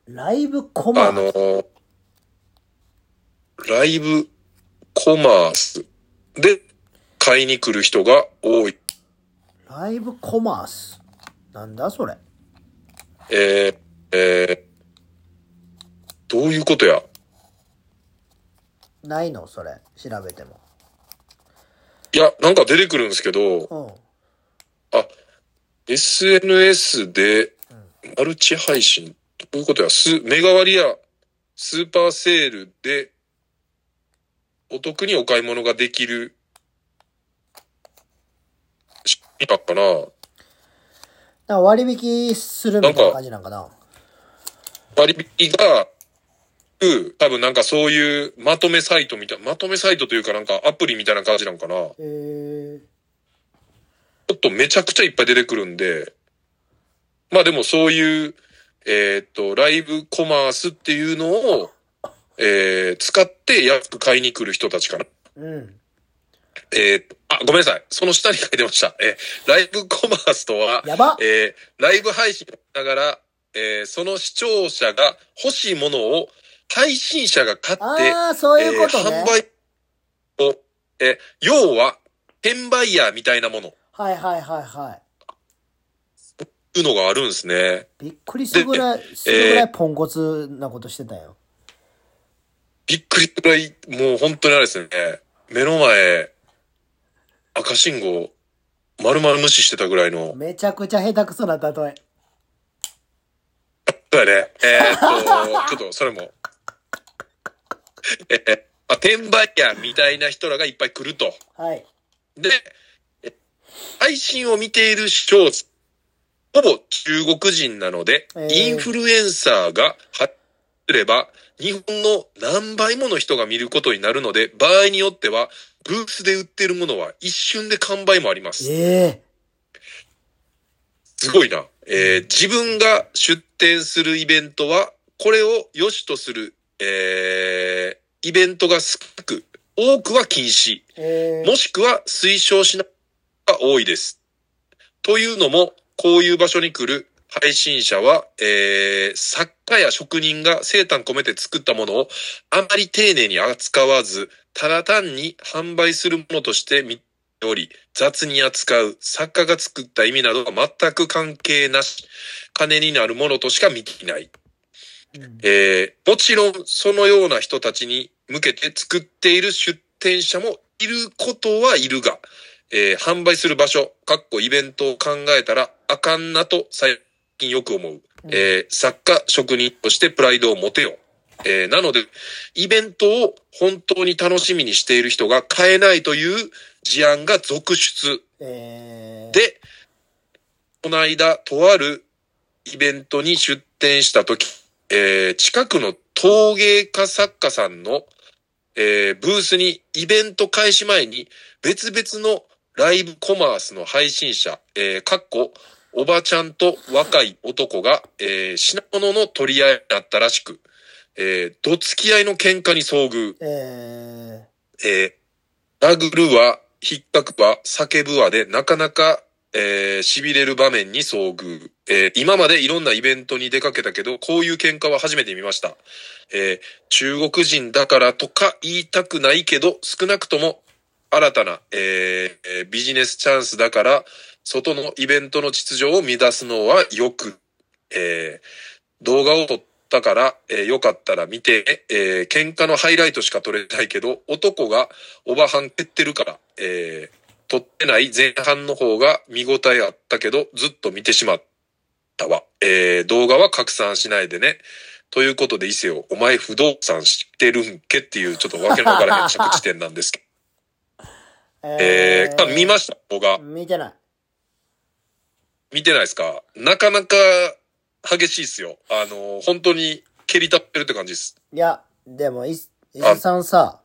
ライブコマ
あ
ー
のーライブコマースで買いに来る人が多い。
ライブコマース。なんだそれ。
えーえーどういうことや
ないのそれ。調べても。
いや、なんか出てくるんですけど、
うん。
SNS でマルチ配信。どういうことやす、メガ割りやスーパーセールでお得にお買い物ができる。し今かな
なんか割引するみたいな感じなんかな。
割引が、うん多分なんかそういうまとめサイトみたい、まとめサイトというかなんかアプリみたいな感じなんかな。ち
えー、
ょっとめちゃくちゃいっぱい出てくるんで、まあでもそういう、えーっと、ライブコマースっていうのを、えー使って安く買いに来る人たちかな。
うん。
えーっと、あ、ごめんなさい。その下に書いてました。えーライブコマースとは、
やば
えーライブ配信をしながら、えーその視聴者が欲しいものを配信者が買って、
ああ、そういうことね。
えー販売を、えー要は、転売ヤーみたいなもの、
はいはいはいはい。
いうのがあるんですね。
びっくりするぐらい、するぐらいポンコツなことしてたよ。
びっくりくらい、もう本当にあれですね。目の前、赤信号、丸々無視してたぐらいの。
めちゃくちゃ下手くそな例え。
そうだね。えーっ と、ちょっとそれも。えーまあ、転売ヤーみたいな人らがいっぱい来ると。
はい。
で、え配信を見ている視聴者、ほぼ中国人なので、
えー
インフルエンサーが発すれば、日本の何倍もの人が見ることになるので、場合によっては、ブースで売ってるものは一瞬で完売もあります。
ええ
すごいな。えー自分が出展するイベントは、これを良しとする、えーイベントが少なく、多くは禁止。
ええ
もしくは推奨しないが多いです。というのも、こういう場所に来る配信者は、えー、作家や職人が生誕込めて作ったものをあまり丁寧に扱わず、ただ単に販売するものとして見ており、雑に扱う作家が作った意味などは全く関係なし、金になるものとしか見ていない。
うん
えーもちろんそのような人たちに向けて作っている出店者もいることはいるが、えー販売する場所、かっこイベントを考えたらあかんなと最近よく思う。えー作家、職人としてプライドを持てよ。えーなので、イベントを本当に楽しみにしている人が買えないという事案が続出。
ええ
で、この間、とあるイベントに出展したとき、えー近くの陶芸家作家さんの、えーブースにイベント開始前に別々のライブコマースの配信者、えーかっこ、おばちゃんと若い男が、えー品物の取り合いだったらしく、えーどつき合いの喧嘩に遭遇。
ええ
えー、殴るは、引っかくは、叫ぶはで、なかなかえー、痺れる場面に遭遇。えー今までいろんなイベントに出かけたけど、こういう喧嘩は初めて見ました。えー中国人だからとか言いたくないけど、少なくとも新たな、えーえービジネスチャンスだから、外のイベントの秩序を乱すのはよく、えー動画を撮ったから、えーよかったら見て、えー喧嘩のハイライトしか撮れないけど、男がおばはん蹴ってるから、えー撮ってない前半の方が見応えあったけど、ずっと見てしまったわ。えー動画は拡散しないでね。ということで、伊勢を、お前不動産知ってるんけっていう、ちょっとわけのわからへん着地点なんですけど。えー、あ見ました動画。
見てない。
見てないですかなかなか激しいっすよ。あの、本当に蹴り立ってるって感じです。
いや、でも、い伊勢さんさ、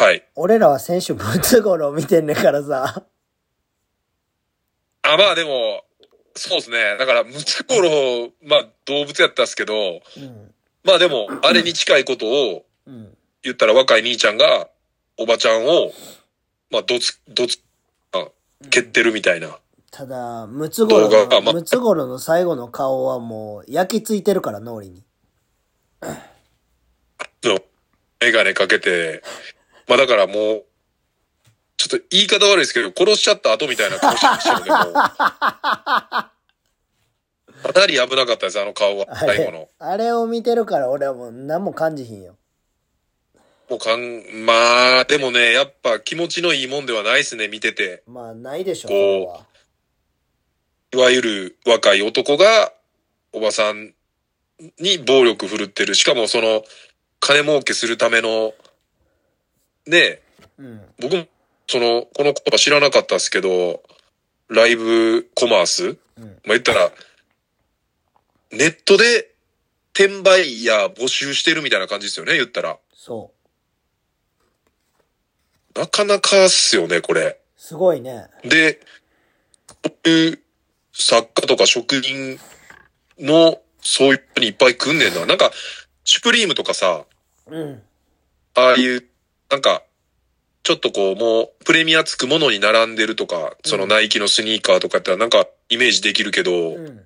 はい。
俺らは選手ムツゴロウ見てんねんからさ。
あ、まあでも、そうですね。だから、ムツゴロウ、まあ動物やったっすけど、
うん。
まあでも、あれに近いことを
うん。
言ったら若い兄ちゃんが、おばちゃんを、まあ、どつ、どつ、あ蹴ってるみたいな。
ただ、ムツゴロ
動画
ウ
がま
の、ムツゴロウの最後の顔はもう焼き付いてるから、脳裏に。
の、メガネかけて、まあだからもう、ちょっと言い方悪いですけど、殺しちゃった後みたいな顔してましたよね、もう。かなり危なかったです、あの顔は。
あ
最後の
れ。、あれを見てるから俺はもう何も感じひんよ。
もうかん、まあ、でもね、やっぱ気持ちのいいもんではないですね、見てて。
まあ、ないでしょ、そ
こう
れは。
いわゆる若い男が、おばさんに暴力振るってる。しかもその、金儲けするための、ねえ、
うん。
僕も、その、このことは知らなかったですけど、ライブコマース、
うん
まあ言ったら、ネットで転売や募集してるみたいな感じですよね、言ったら。
そう。
なかなかっすよね、これ。
すごいね。
で、こういう作家とか職人の、そういう人にいっぱい来んねんな。なんか、シュプリームとかさ、
うん。
ああいう、なんか、ちょっとこう、もう、プレミアつくものに並んでるとか、そのナイキのスニーカーとかやってなんか、イメージできるけど、
うん。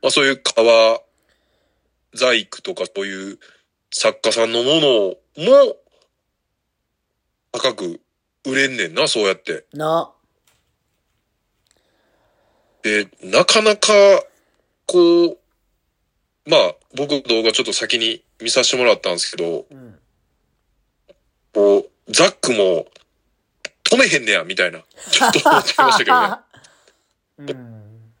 まあそういう革、細工とか、そういう作家さんのものも、高く売れんねんな、そうやって。
な。
で、なかなか、こう、まあ、僕動画ちょっと先に見させてもらったんですけど、
うん。
こう、ザックも、止めへんねや、みたいな。ちょっと思ってましたけど ね。
うん。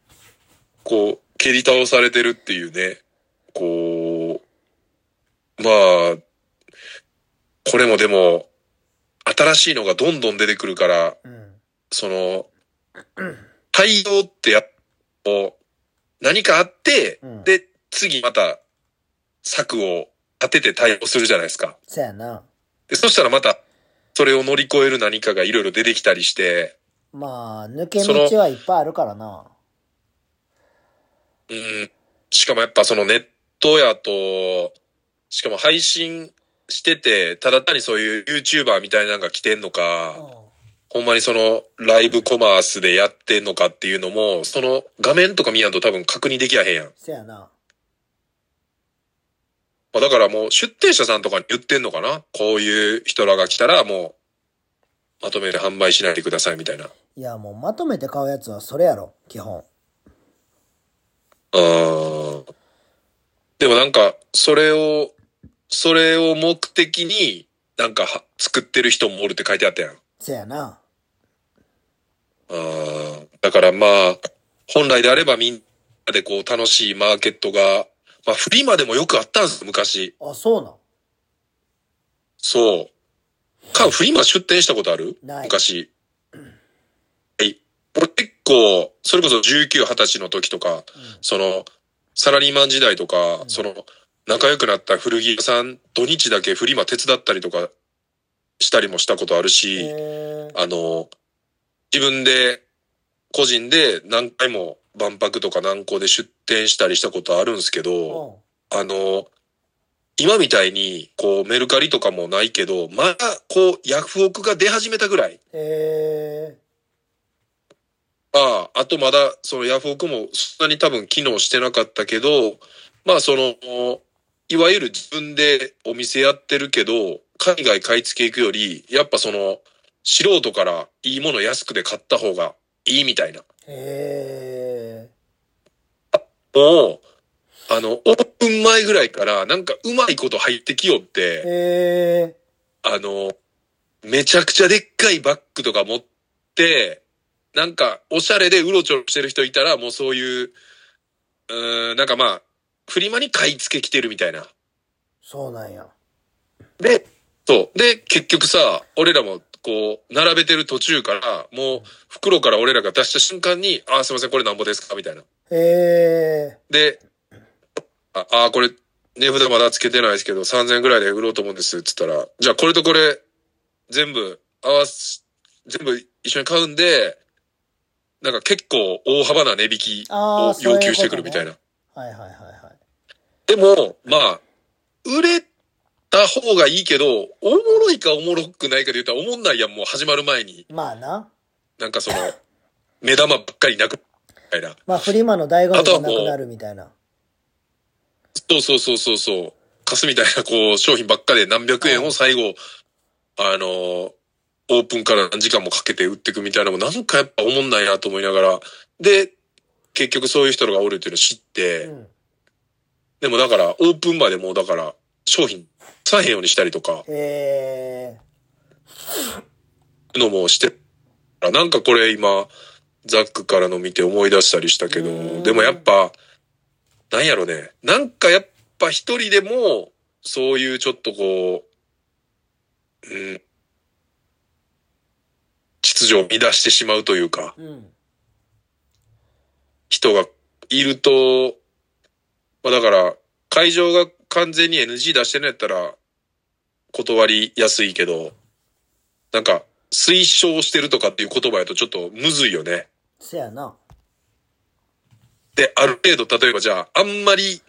こう、蹴り倒されてるっていうね。こう、まあ、これもでも、新しいのがどんどん出てくるから、
うん。
その、対応ってやっもう何かあって、
うん
で、次また、策を立てて対応するじゃないですか。
そやな。
で、そしたらまた、それを乗り越える何かがいろいろ出てきたりして、
まあ、抜け道はいっぱいあるからな。
うん。しかもやっぱそのネットやと、しかも配信してて、ただ単にそういう YouTuber みたいなのが来てんの
うん
か、ほんまにそのライブコマースでやってんのかっていうのも、その画面とか見やんと多分確認できやへんやん。
そやな。
まあ、だからもう出店者さんとかに言ってんのかなこういう人らが来たらもう、まとめて販売しないでくださいみたいな。
いや、もうまとめて買うやつはそれやろ、基本。
うーんでもなんか、それを、それを目的に、なんかは、作ってる人もおるって書いてあったやん。
そやな。
あーだからまあ、本来であればみんなでこう楽しいマーケットが、まあフリマでもよくあったんです、昔。
あ、そうなん。
そう。か、フリマ出店したことある
ない
昔。はい。俺結構、それこそ19、20歳の時とか、その、サラリーマン時代とか、その、仲良くなった古着屋さん、土日だけフリマ手伝ったりとか、したりもしたことあるし、
え
あの、自分で、個人で何回も万博とか南港で出店したりしたことあるんですけ
ー、
ど、
うん。
あの、今みたいに、こう、メルカリとかもないけど、まあ、こう、ヤフオクが出始めたぐらい。
え
ああ、あとまだ、そのヤフオクもそんなに多分機能してなかったけど、まあその、いわゆる自分でお店やってるけど、海外買い付け行くより、やっぱその、素人からいいもの安くで買った方がいいみたいな。
へえ。
もう、あの、オープン前ぐらいから、なんかうまいこと入ってきよって、
へえ。
あの、めちゃくちゃでっかいバッグとか持って、なんか、おしゃれでうろちょろしてる人いたら、もうそういう、うーん、なんかまあ、フリマに買い付け来てるみたいな。
そうなんや。
で、そう。で、結局さ、俺らも、こう、並べてる途中から、もう、袋から俺らが出した瞬間に、あー、すいません、これなんぼですかみたいな。
へえ。
で、ああー、これ、値札まだつけてないですけど、3000円ぐらいで売ろうと思うんです。つったら、じゃあこれとこれ、全部合わす、全部一緒に買うんで、なんか結構大幅な値引き
あ
を
ーそういうことね
要求してくるみたいな。
はいはいはいはい。
でも、まあ、売れた方がいいけど、おもろいかおもろくないかで言ったらおもんないやん、もう始まる前に。
まあな。
なんかその、 目玉ばっかりなく、みたいな。
まあフリマの醍醐
あとは
味が
もう
なくなるみたいな。
そうそうそうそうそう。カスみたいな、こう、商品ばっかで何百円を最後、あのー、オープンから何時間もかけて売っていくみたいなのも、なんかやっぱおもんないなと思いながら、で、結局そういう人がおるっていうのを知って、
うん。
でもだから、オープンまでもうだから、商品、さへんようにしたりとか、
へえ。
のもして、なんかこれ今、ザックからの見て思い出したりしたけ
う
ど、
ん
でもやっぱ、なんやろね。なんかやっぱ一人でも、そういうちょっとこう、うん、秩序を乱してしまうというか、
うん。
人がいると、まあだから、会場が完全に NG 出してるんやったら、断りやすいけど、なんか、推奨してるとかっていう言葉やとちょっとむずいよね。
せやな。
で、ある程度、例えばじゃあ、あんまり、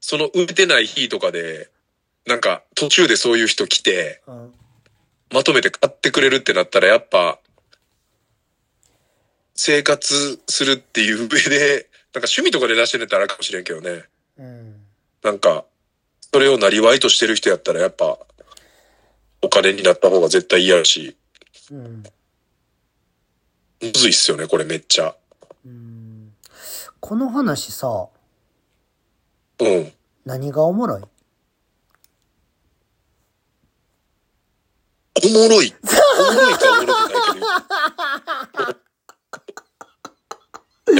その、売れてない日とかで、なんか、途中でそういう人来て、
うん。
まとめて買ってくれるってなったら、やっぱ、生活するっていう上で、なんか趣味とかで出してるんやったらあれかもしれんけどね。
うん。
なんか、それをなりわいとしてる人やったらやっぱ、お金になった方が絶対嫌やし、
うん。
むずいっすよね、これめっちゃ。
うん。この話さ、
うん。
何がおもろい
おもろい。おもろいかおもろくない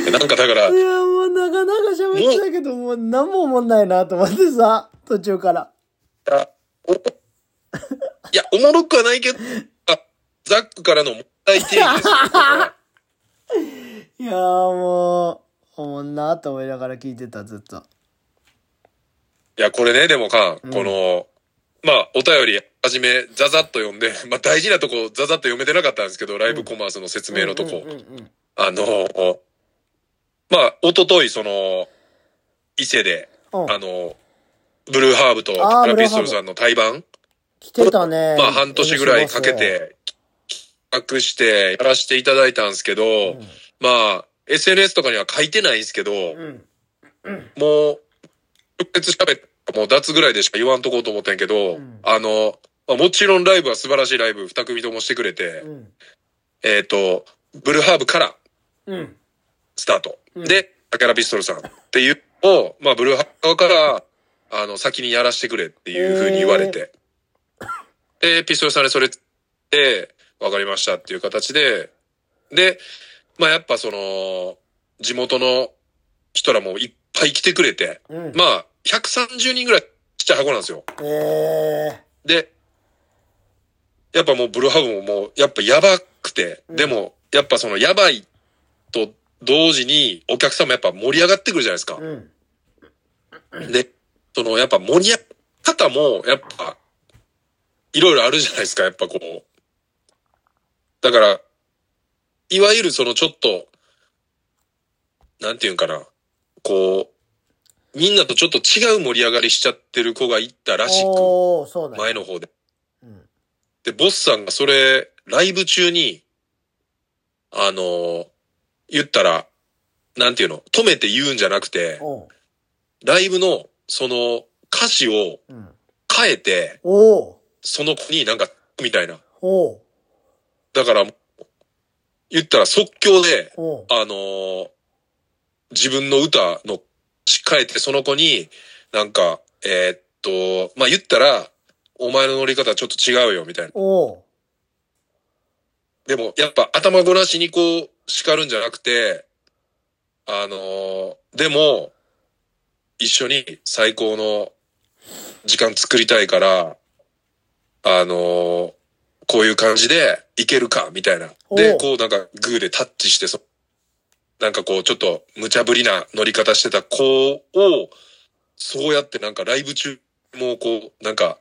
けど。なんかだから
い、や、もうなかなか喋ってたけど、もう何も思んないなと思ってさ、途中から。
あおいや、おもろくはないけど、あ、ザックからの問題提起ですよ。これはい
やーもう、おもんなと思いながら聞いてた、ずっと。
いや、これね、でもか、
うん
この、まあ、お便り、はじめ、ザザッと読んで、 まあ、大事なとこ、ザザッと読めてなかったんですけど、ライブコマースの説明のとこ。
うんうんうん
あの、まあ、一昨日その、伊勢で、
うん。う
あ
ん、
の、ブルーハーブと
あー
ラピストルさんの対バン、
来てたね。
まあ、半年ぐらいかけ。て、企画して、やらせていただいたんですけど、まあ、SNS とかには書いてないんですけど、
うん。うん。
もう、直接喋った、もう脱ぐらいでしか言わんとこうと思ったんやけど、
うん
あの、まあもちろんライブは素晴らしいライブ、二組ともしてくれて、
うん。
えっ、と、ブルーハーブから、
うん。
スタート。
うん
で、竹原ピストルさんっていうのを、まあ、ブルーハッカーから、あの、先にやらしてくれっていうふうに言われて。で、ピストルさんにそれで、わかりましたっていう形で、で、まあ、やっぱその、地元の人らもいっぱい来てくれて、
うん。
まあ、130人ぐらいちっちゃい箱なんですよ。
え
で、やっぱもうブルーハーブももう、やっぱやばくて、
うん
でも、やっぱそのやばいと同時に、お客さんもやっぱ盛り上がってくるじゃないですか
ー。。うん。
で、そのやっぱ盛り上がり方も、やっぱ、いろいろあるじゃないですか、やっぱこう。だから、いわゆるそのちょっと、なんていうんかな、こう、みんなとちょっと違う盛り上がりしちゃってる子がいたらしく、
おー、そうだ
前
ね。
の方で。
うん。
で、ボスさんがそれ、ライブ中に、あのー言ったら、なんていうの、止めて言うんじゃなくて、
おう
ライブの、その、歌詞を
うん。
変えて、
おう
その子になんか、みたいな。
おう
だから、言ったら即興で、
おう
あのー自分の歌の詞変えて、その子に、なんか、えーっと、まあ、言ったら、お前の乗り方ちょっと違うよ、みたいな。
おう
でも、やっぱ頭ごなしにこう、叱るんじゃなくて、あのーでも、一緒に最高の時間作りたいから、あのーこういう感じでいけるか、みたいな。
お
で、
う
こうなんかグーでタッチして、そなんかこうちょっと無茶ぶりな乗り方してた子を、そうやってなんかライブ中もこう、なんか、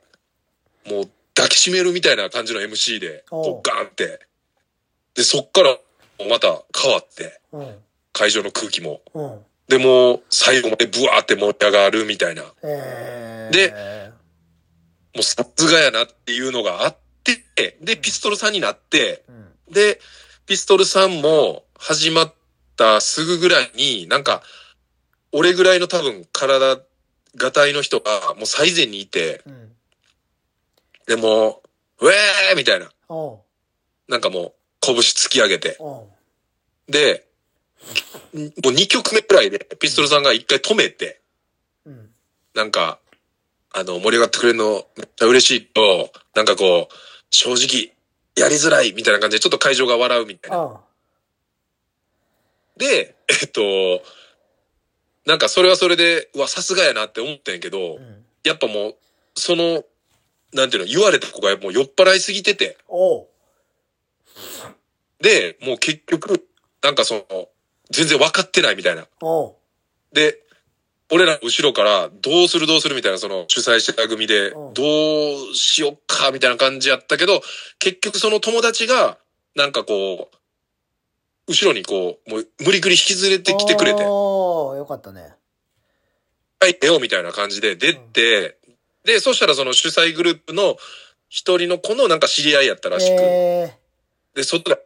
もう抱きしめるみたいな感じの MC で、
おう
こうガーンって。で、そっからまた変わって、
うん。
会場の空気も。
うん。
で、もう最後までブワーって盛り上がるみたいな。も
えー、
で、うさすがやなっていうのがあって、で、ピストルさんになって、
うん。
で、ピストルさんも始まったすぐぐらいに、なんか、俺ぐらいの多分体、がたいの人がもう最前にいて、
うん。
でもう、ウェーみたいな。
おう
なんかもう、拳突き上げて。
おう
で、んもう2曲目くらいで、ピストルさんが1回止めて、
うん。
なんか、あの、盛り上がってくれるの、めっちゃ嬉しいと、なんかこう、正直、やりづらい、みたいな感じで、ちょっと会場が笑うみたいな。
あ
で、えっと、なんかそれはそれで、うわ、さすがやなって思ったんやけ
う
ど、
ん。
やっぱもう、その、なんていうの、言われた子がもう酔っ払いすぎてて、
おう
で、もう結局、なんかその、全然分かってないみたいな。
おう
で、俺ら後ろから、どうするどうするみたいな、その主催してた組で、
う
ど
ん
うしよっか、みたいな感じやったけど、結局その友達が、なんかこう、後ろにこう、もう無理くり引きずれてきてくれて、
おうよかったね。
はい、出ようみたいな感じで出て、で、そしたらその主催グループの一人の子のなんか知り合いやったらしく、
えー、
で、そっから、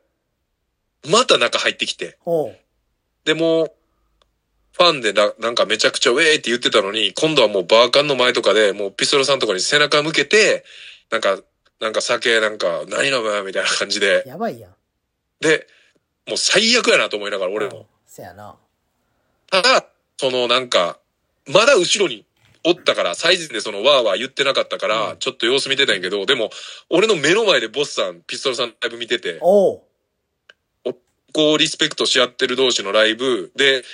また中入ってきて、
おう
でも、ファンでななんかめちゃくちゃウェーイって言ってたのに、今度はもうバーカンの前とかで、もうピストルさんとかに背中向けて、なんか、なんか酒、なんか、何飲むみたいな感じで。
やばいやん。
で、もう最悪やなと思いながら、俺
うん
も。
せやな。
ただ、そのなんか、まだ後ろにおったから、サイズでそのわーわー言ってなかったか
う
ら
ん、
ちょっと様子見てたんやけど、でも、俺の目の前でボスさん、ピストルさんのライブ見てて、
おう
こうリスペクトし合ってる同士のライブで、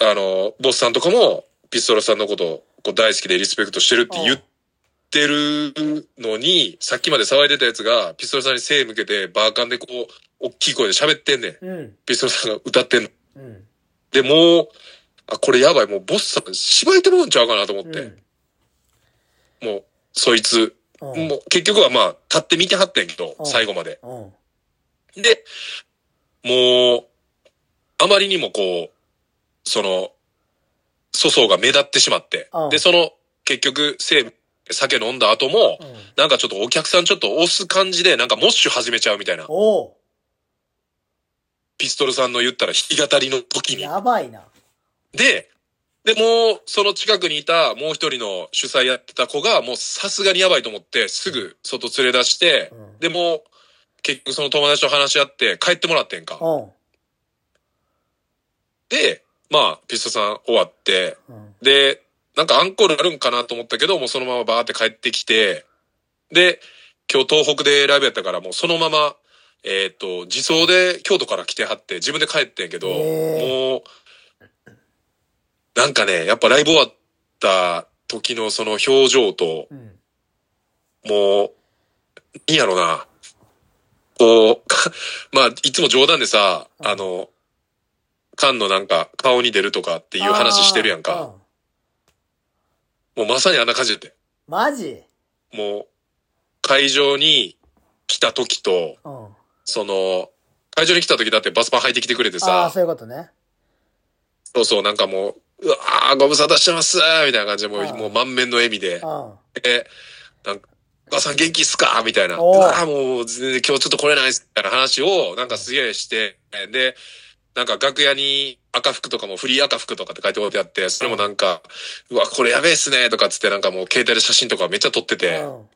あの、ボスさんとかもピストルさんのことこう大好きでリスペクトしてるって言ってるのに、さっきまで騒いでたやつがピストルさんに背向けてバーカンでこう、大きい声で喋ってんねん。
うん。
ピストルさんが歌ってんの。
うん。
で、もう、あ、これやばい、もうボスさん芝居てもんちゃうかなと思って、もう、そい
う
つ、
ん。うん
もう結局はまあ、立って見てはってんけど
う、ん
最後まで。
うん。
で、もう、あまりにもこう、その、粗相が目立ってしまって
うん、
で、その、結局、せ酒飲んだ後も
う、ん。
なんかちょっとお客さんちょっと押す感じで、なんかモッシュ始めちゃうみたいな。
おう
ピストルさんの言ったら弾き語りの時に。
やばいな。
で、で、もう、その近くにいたもう一人の主催やってた子が、もうさすがにやばいと思って、すぐ外連れ出して
う、ん。
で、もう、結局その友達と話し合って帰ってもらってんか。
おう
で、まあ、ピストさん終わって、
うん。
で、なんかアンコールあるんかなと思ったけど、もうそのままバーって帰ってきて、で、今日東北でライブやったから、もうそのまま、えっ、と、自走で京都から来てはって、自分で帰ってんけど、
へ
もう、なんかね、やっぱライブ終わった時のその表情と、
うん。
もう、いいやろな。こう、か まあ、いつも冗談でさ、
うん
あの、缶のなんか顔に出るとかっていう話してるやん
あー。
か。
うん
もうまさにあんな感じやって。
マジ
もう、会場に来た時と、
うん。
その、会場に来た時だってバスパン履いてきてくれて
ああ、
さ、
そういうことね。
そうそう、なんかもう、うわー、ご無沙汰してますみたいな感じで、も
うん
う、もう満面の笑みで
う、ん。
え、なんか、お母さん元気っすかみたいな。
おう
ああ、もう、全然今日ちょっと来れないっす。みたいな話を、なんかすげえして、で、なんか楽屋に赤服とかもフリー赤服とかって書いておいてあって、それもなんか、うわ、これやべえっすねとかっつってなんかもう携帯で写真とかめっちゃ撮ってて、
うん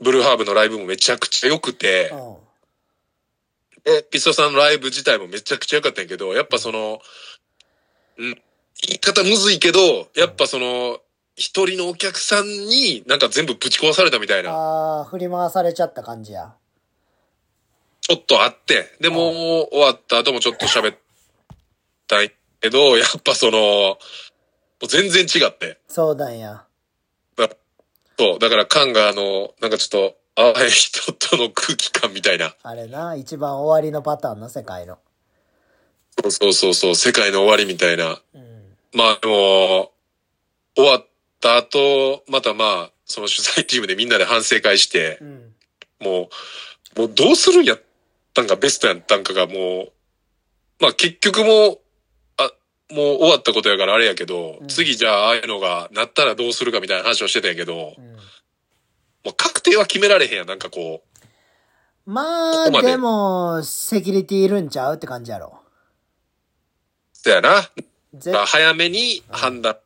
ブルーハーブのライブもめちゃくちゃ良くて、
うん
で、ピストさんのライブ自体もめちゃくちゃ良かったんやけど、やっぱその、うん、言い方むずいけど、やっぱその、一人のお客さんになんか全部ぶち壊されたみたいな、
ああ振り回されちゃった感じや
ちょっとあって、で、もう終わった後もちょっと喋ったいけど、や っぱその、もう全然違って。
そうなんや
だそう、だからカンがあの、なんかちょっと、ああ、人との空気感みたいな。
あれな一番終わりのパターンの世界の
そうそうそうそう、世界の終わりみたいな。
うん
まあでも、終わった後、またまあ、その主催チームでみんなで反省会して
う、ん
もう、もうどうするんやったんか、ベストやったんかがもう、まあ結局もう、あ、もう終わったことやからあれやけど、
うん
次じゃあああいうのがなったらどうするかみたいな話をしてたんやけど
う、ん
もう確定は決められへんやん、なんかこう。
ま
ここ
あ
まで
でもセキュリティいるんちゃうって感じやろ
そやな。
ぜ
まあ早めに判断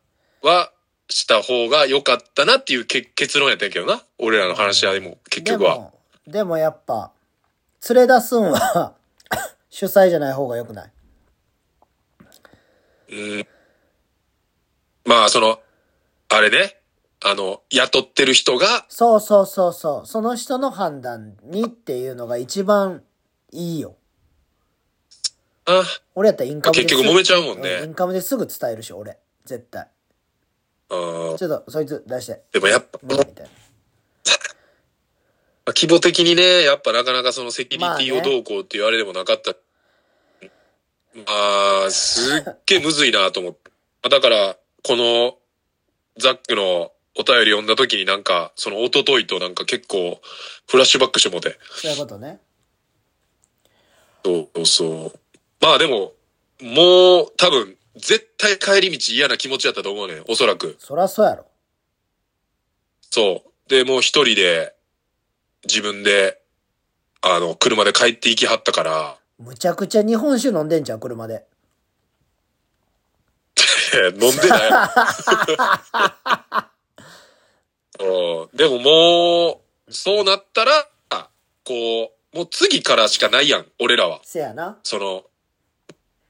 はした方が良かったなっていうけ結論やったんやけどな。俺らの話し合いも、結
で
局は。
もでもやっぱ連れ出すんは 主催じゃない方がよくない
うんまあ、その、あれね、あの、雇ってる人が、
そうそうそうそうその人の判断にっていうのが一番いいよ
あ
俺やったらインカムですぐ
結局揉めちゃうもんね
インカムですぐ伝えるし俺絶対
うん
ちょっとそいつ出して
でもやっぱ、
みたいな
規模的にね、やっぱなかなかそのセキュリティ
ま
を
あね
どうこうっていうあれでもなかった。まあ、すっげえむずいなと思って。まあだから、この、ザックのお便り読んだ時になんか、その一昨日となんか結構、フラッシュバックしてもうて。
そういうことね
そうそうそう。まあでも、もう多分、絶対帰り道嫌な気持ちだったと思うねんおそらく。
そらそうやろ
そう。で、もう一人で、自分で、あの、車で帰って行きはったから、
むちゃくちゃ日本酒飲んでんじゃん車で
飲んでない。 うんでももう、そうなったら、こう、もう次からしかないやん、俺らは。
せやな
その、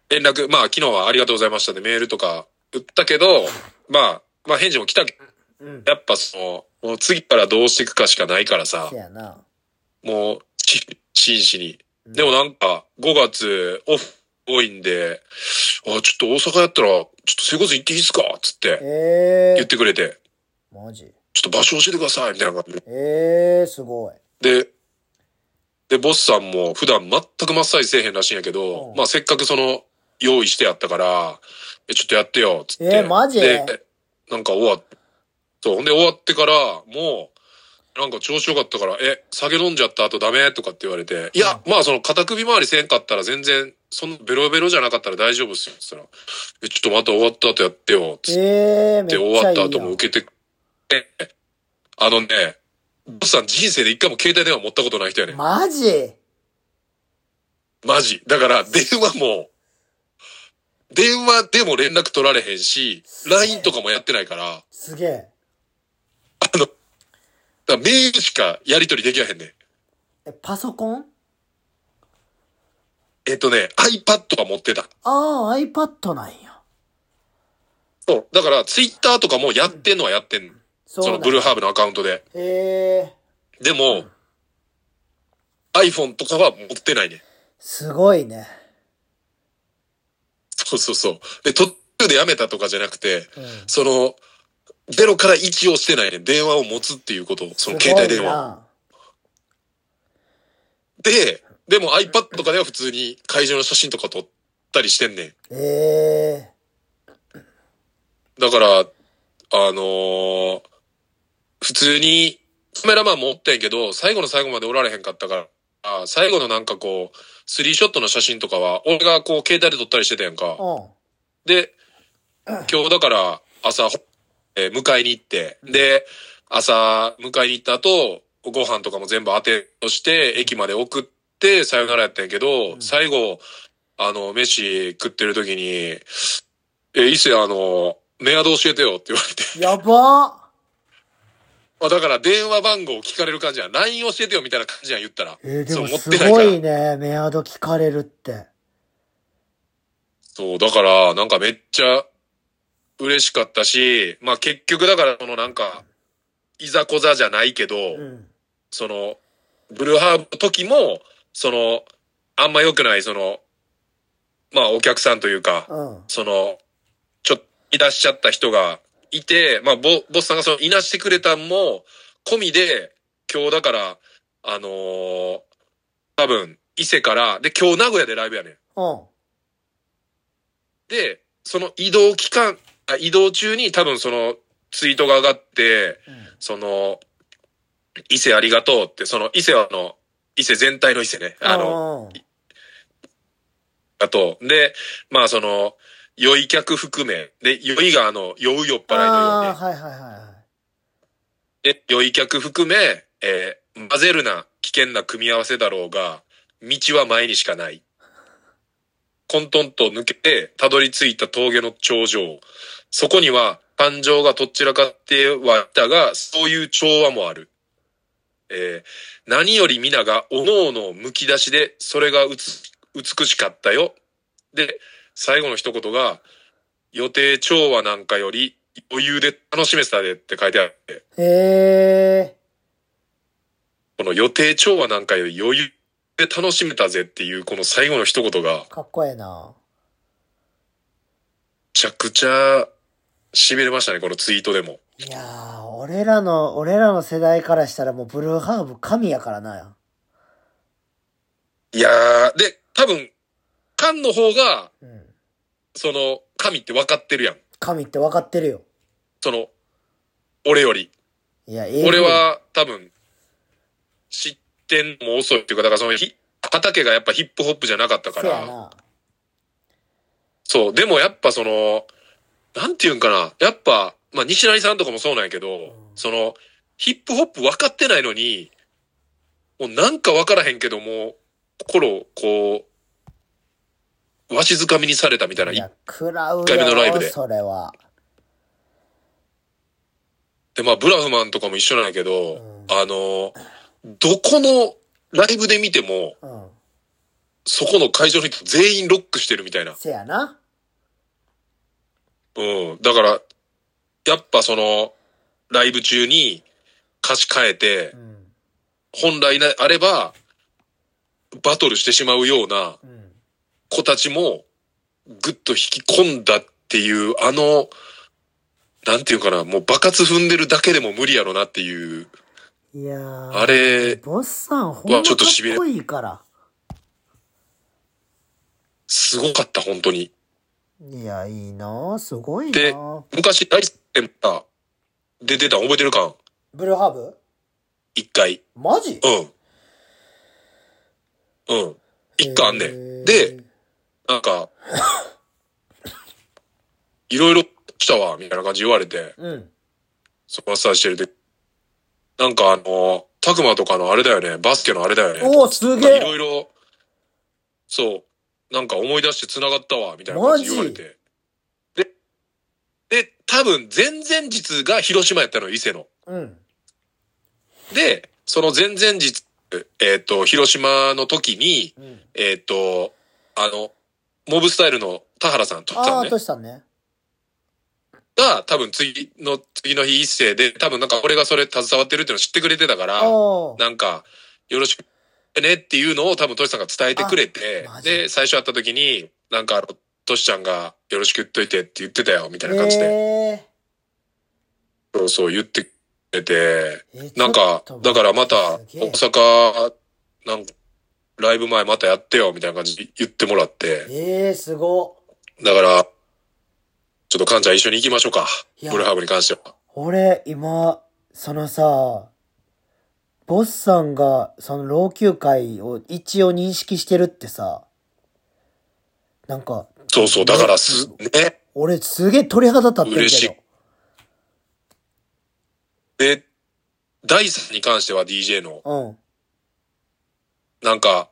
連絡、まあ昨日はありがとうございましたでメールとか打ったけど、まあ、まあ返事も来たけど、
うん
やっぱその、もう次からどうしていくかしかないからさ
せ、やな
もう、し真摯に。
うん
でもなんか、5月オフ多いんで、あ、ちょっと大阪やったら、ちょっと生活行っていいっすかつって
ええ
言っ
ー、
てくれて、
マジ
ちょっと場所教えてください、みたいな感じ
ええー、すごい
で。で、で、ボスさんも普段全くマッサージせえへんらしいんやけ
う
ど
ん、
まあせっかくその、用意してやったから、え、ちょっとやってよ、つって。
えーマジ
で、なんか終わっ、そう、ほんで終わってから、もう、なんか調子よかったから、え、酒飲んじゃった後ダメとかって言われて、いや、まあその肩首周りせんかったら全然、そのベロベロじゃなかったら大丈夫っすよ、つったら、え、ちょっとまた終わった後やってよ、つって。
ええー、め
で
っち
終
ゃ
わ
いい
っ
や
た
ん
後も受けて、えあのね、ボスさん人生で一回も携帯電話持ったことない人やねん。
マジ
マジ。だから、電話も、電話でも連絡取られへんし、LINE とかもやってないから、だか
すげえ
らメールしかやり取りできやへんねん。
えパソコン
えっとね、iPad が持ってた。
ああ iPad なんや
そう。だから、Twitter とかもやってんのはやってんの。
そうな
その
ん
ブルー
や
ハーブのアカウントで。
ええー、
でも、iPhone とかは持ってないねん。
すごいね
そうそうそう。で、途中でやめたとかじゃなくて、
うん
その、ゼロから1をしてないね。電話を持つっていうことを、その携帯電話を。
話
で、でも iPad とかでは普通に会場の写真とか撮ったりしてんねん。
ええ
だから、あのー普通にカメラマン持ってんけど、最後の最後までおられへんかったから、あ最後のなんかこう、スリーショットの写真とかは、俺がこう携帯で撮ったりしてたやんか。
ー、うん
で、今日だから朝、えー迎えに行って、で、朝迎えに行った後、ご飯とかも全部当てとして、駅まで送っって、さよならやったんやけど、最後、あの、飯食ってる時に、え、伊勢あの、メアド教えてよって言われて。
やば
まあだから電話番号を聞かれる感じやん。LINE 教えてよみたいな感じやん、言ったら。
えーで
そう、
も
持っ
す
てないか
ご
ら。
いね、メアド聞かれるって。
そう、だから、なんかめっちゃ嬉しかったし、まあ結局だから、そのなんか、いざこざじゃないけど、
うん。
その、ブルーハーブの時も、その、あんま良くない、その、まあお客さんというか、
うん。
その、ちょっといらっしゃった人がいて、まあ、ボボスさんがその、いなしてくれたんも、込みで、今日だから、あのー多分、伊勢から、で、今日名古屋でライブやねん。
うん。
で、その移動期間、あ移動中に多分その、ツイートが上がって、その、伊勢ありがとうって、その、伊勢はあの、伊勢全体の伊勢ね。あの、
の、
あと、で、まあその、酔い客含め、で、酔いがあの、酔う酔っ払いの
あ
よ
あー、はいはいはいは
うに、で、酔い客含め、えー混ぜるな、危険な組み合わせだろうが、道は前にしかない。混沌と抜けて、たどり着いた峠の頂上。そこには、感情がとっちらかってはいたが、そういう調和もある。えー何より皆がおのおのむき出しで、それがうつ美しかったよ。で、最後の一言が、予定調和なんかより余裕で楽しめてたでって書いてあって、
い。へえ。
この予定調和なんかより余裕で楽しめたぜっていうこの最後の一言が、め
かっこええな。
ちゃくちゃ痺れましたね、このツイートでも。
いやー、俺らの、俺らの世代からしたらもうブルーハーブ神やからな。
いやー、で、多分、カンの方が、
うん。
その、神って分かってるやん。
神って分かってるよ。
その、俺より。
いや、ええ
俺、は多分、知ってんのも遅いっていうか、だからそのひ、畑がやっぱヒップホップじゃなかったか
そうや
ら、
な。
そう、でもやっぱその、なんていうんかな、やっぱ、まあ西成さんとかもそうなんやけど、その、ヒップホップ分かってないのに、もうなんか分からへんけども、心をこう、わしづかみにされたみたいな、
い
い
や、食らうよ。
一回目のライブで
それは。
で、まあ、ブラフマンとかも一緒なんやけど、
ん
あの、どこのライブで見ても、
うん。
そこの会場の人全員ロックしてるみたいな。
せやな。
うん。だから、やっぱその、ライブ中に歌詞変えて
う、ん。
本来であれば、バトルしてしまうような
うん。
子たちも、ぐっと引き込んだっていう、あの、なんていうかな、もう爆発踏んでるだけでも無理やろなっていう、
いやー。
あれ、
ボスさん、ほんま
うわち
か
ょ
っ
っとしびれ
こいいから。
すごかった、本当に。
いや、いいなすごい
で
な
昔、ライステンが出てたん覚えてるかん
ブルーハーブ
一回。
マジ
うん。うん。一回あんね
へー
ん。で、なんか、 いろいろ来たわ、みたいな感じ言われて、
うん。
そのマッサージしてるで、なんかあの、たくまとかのあれだよね、バスケのあれだよね。
おー、す
なんか
げ
いろい
え
ろ、そう、なんか思い出して繋がったわ、みたいな感じ言われて。で、で、多分前々日が広島やったのよ、伊勢の。
うん。
で、その前々日、えっ、と、広島の時に、
うん。
えっ、と、あの、モブスタイルの田原さんと
あ
さん
ー、
ね
と、しさんね。
が多分次の、次の日一世で、多分なんか俺がそれ携わってるっていうの知ってくれてたから、
おー。
なんか、よろしくねっていうのを多分トシさんが伝えてくれて
あマ、ジ
で、最初会った時に、なんかあの、トシちゃんがよろしく言っといてって言ってたよ、みたいな感じで、
え
そうそう言ってくれて、
ーえ
なんか、だからまた、大
奥さん。
阪、なんか、ライブ前またやってよ、みたいな感じで言ってもらって。
ええー、すごっ。
だから、ちょっとカンちゃん一緒に行きましょうか
い。や
ブルーハーブに関しては。
俺、今、そのさ、ボスさんが、その老朽会を一応認識してるってさ、なんか、
そうそう、だからす、ね。
俺すげえ鳥肌立ってるけど。
嬉しいで、第3に関しては DJ の、
うん。
なんか、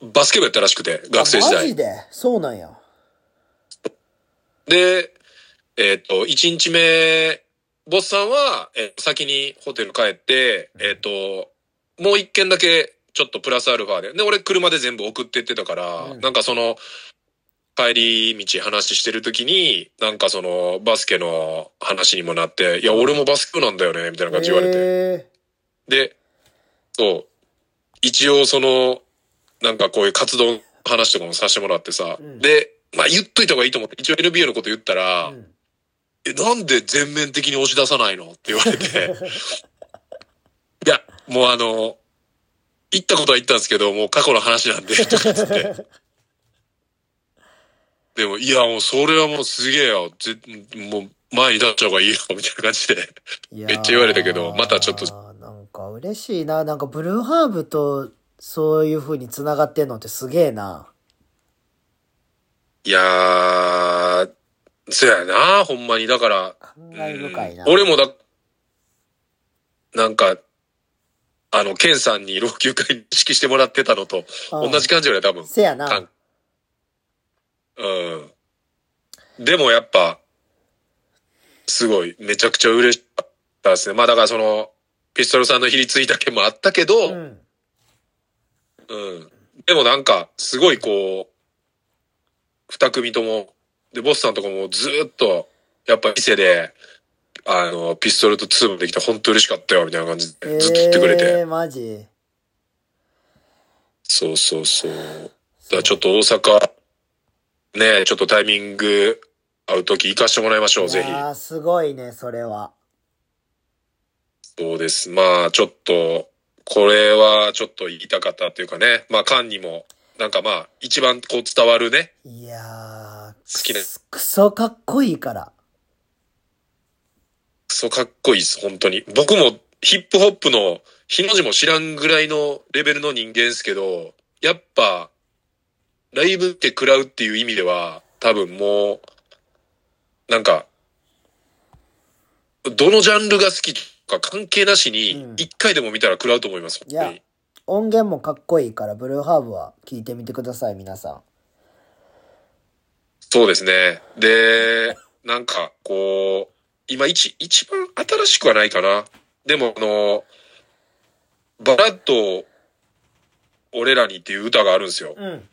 バスケ部やったらしくて、学生時
あマジ
代。
でそうなんや。
で、えっと、1日目、ボスさんは、え先にホテル帰って、えっと、もう一件だけ、ちょっとプラスアルファで。で、俺車で全部送ってってたから、
うん
なんかその、帰り道話してる時に、なんかその、バスケの話にもなって、いや、俺もバスケ部なんだよね、みたいな感じで言われて。
え
で、そう、一応その、なんかこういう活動の話とかもさせてもらってさ、
うん
で、まあ言っといた方がいいと思って、一応 NBA のこと言ったら、
ーうん
え、なんで全面的に押し出さないのって言われて、 いや、もうあの、行ったことは行ったんですけど、もう過去の話な んで、とかっつって。でも、いや、もうそれはもうすげえよ。ぜもう前に立っちゃう方がいいよ、みたいな感じで。
め
めっちゃ言われたけどまたちょっと
なんか嬉しいな。なんかブルーハーブとそういう風に繋がってんのってすげえな。
いやー、そやな、ほんまに。だから、
感慨深いな。
うん俺もだ、なんか、あの、ケンさんに老朽化に意識してもらってたのと
うん
同じ感じよね、多分。
せやな。
感うん。でもやっぱ、すごい、めちゃくちゃ嬉しかったですね。まあだからその、ピストルさんのひりついた件もあったけど、
うん。
うん。でもなんか、すごいこう、二組とも、で、ボスさんとかもずーっと、やっぱ店で、あの、ピストルとツーもできて、本当嬉しかったよ、みたいな感じで、ずっと言ってくれて。
えー、マジ。
そうそうそう。だからちょっと大阪、ねちょっとタイミング会うとき行かしてもらいましょう、ぜひ。
ああ、すごいね、それは。
そうです。まあ、ちょっと、これはちょっと言いたかったというかね、まあ、カンにも、なんかまあ、一番こう伝わるね、
いやー、
好きで
くそかっこいいから。
クソかっこいいです、本当に。僕もヒップホップの日の字も知らんぐらいのレベルの人間ですけど、やっぱ、ライブって食らうっていう意味では、多分もう、なんか、どのジャンルが好きとか関係なし
うん
に、一回でも見たら食らうと思います、
いや
本当に
音源もかっこいいから、ブルーハーブは聞いてみてください、皆さ
そうですね。で、なんか、こう、今一、一番新しくはないかな。でも、あの、バラッド、俺らにっていう歌があるんですよ
ん。。うん。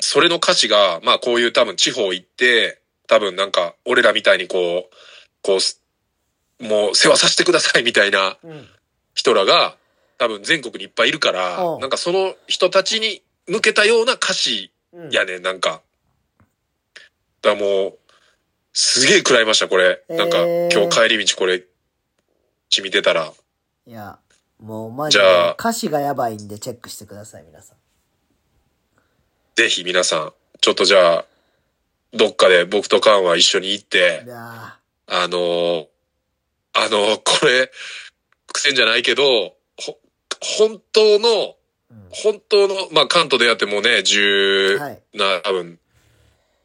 それの歌詞が、まあこういう多分地方行って、多分なんか、俺らみたいにこう、こうす、もう世話させてくださいみたいな
うん。
人らが、多分全国にいっぱいいるから
うん、
なんかその人たちに向けたような歌詞
うん、
いやね、なんか。だからもう、すげえ食らいました、これ。なんか、
えー
今日帰り道これ、ち見てたら。
いや、もうマジで
じゃあ
歌詞がやばいんでチェックしてください、皆さん。
ぜひ皆さん、ちょっとじゃあ、どっかで僕とカンは一緒に行って
い、や
あのーあのーこれ、苦戦じゃないけど、ほ、本当の、
ー、うん
本当の、まあ、カンと出会ってもうね、十、
はい
な、多分、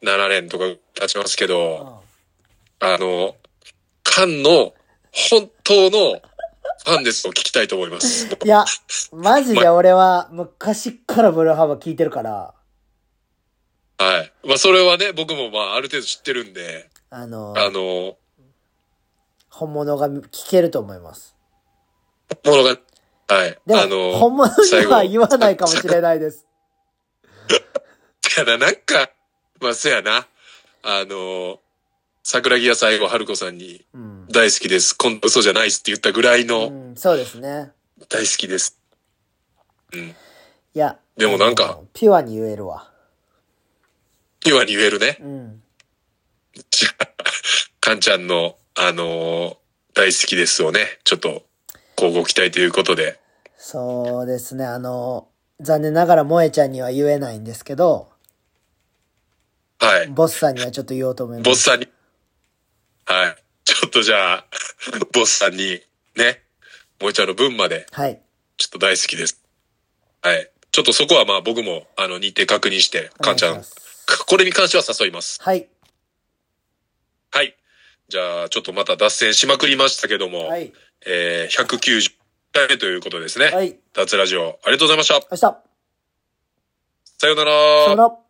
7年とか経ちますけど、
う
あの、カンの本当のファンですを聞きたいと思いま す。
ん。いや、マジで俺は昔っからブルーハーブ聞いてるから、
はい。まあ、それはね、僕もまあ、ある程度知ってるんで、
あの、
あの、
本物が聞けると思います。
ものが、はい。
でも、
あの、
本物には
最後
言わないかもしれないです。
だからなんか、まあ、そやな。あの、桜木屋最後、春子さんに、
うん。
大好きです。今度嘘じゃないっすって言ったぐらいうの、
ん、そうですね。
大好きです。
いや。
でもなんか
あの。ピュアに言えるわ。
ピュアに言えるね。
うん。
じゃあ、カンちゃんの、あの大好きですをね、ちょっと、交互期待ということで。
そうですね。あの、残念ながら萌えちゃんには言えないんですけど、
はい。
ボスさんにはちょっと言おうと思います。
ボスさんに、はい。ちょっとじゃあ、ボスさんに、ね、萌ちゃんの分まで、
はい。
ちょっと大好きです。はい。ちょっとそこはまあ僕も、あの、日程確認して、
お願い
かん
し
ちゃ
ま
ん、
す
これに関しては誘います。
はい。
はい。じゃあ、ちょっとまた脱線しまくりましたけども、
はい。
えー、190回ということですね。
はい。
脱ラジオ、ありがとうございました。
明日。さ
さようなら。
よなら。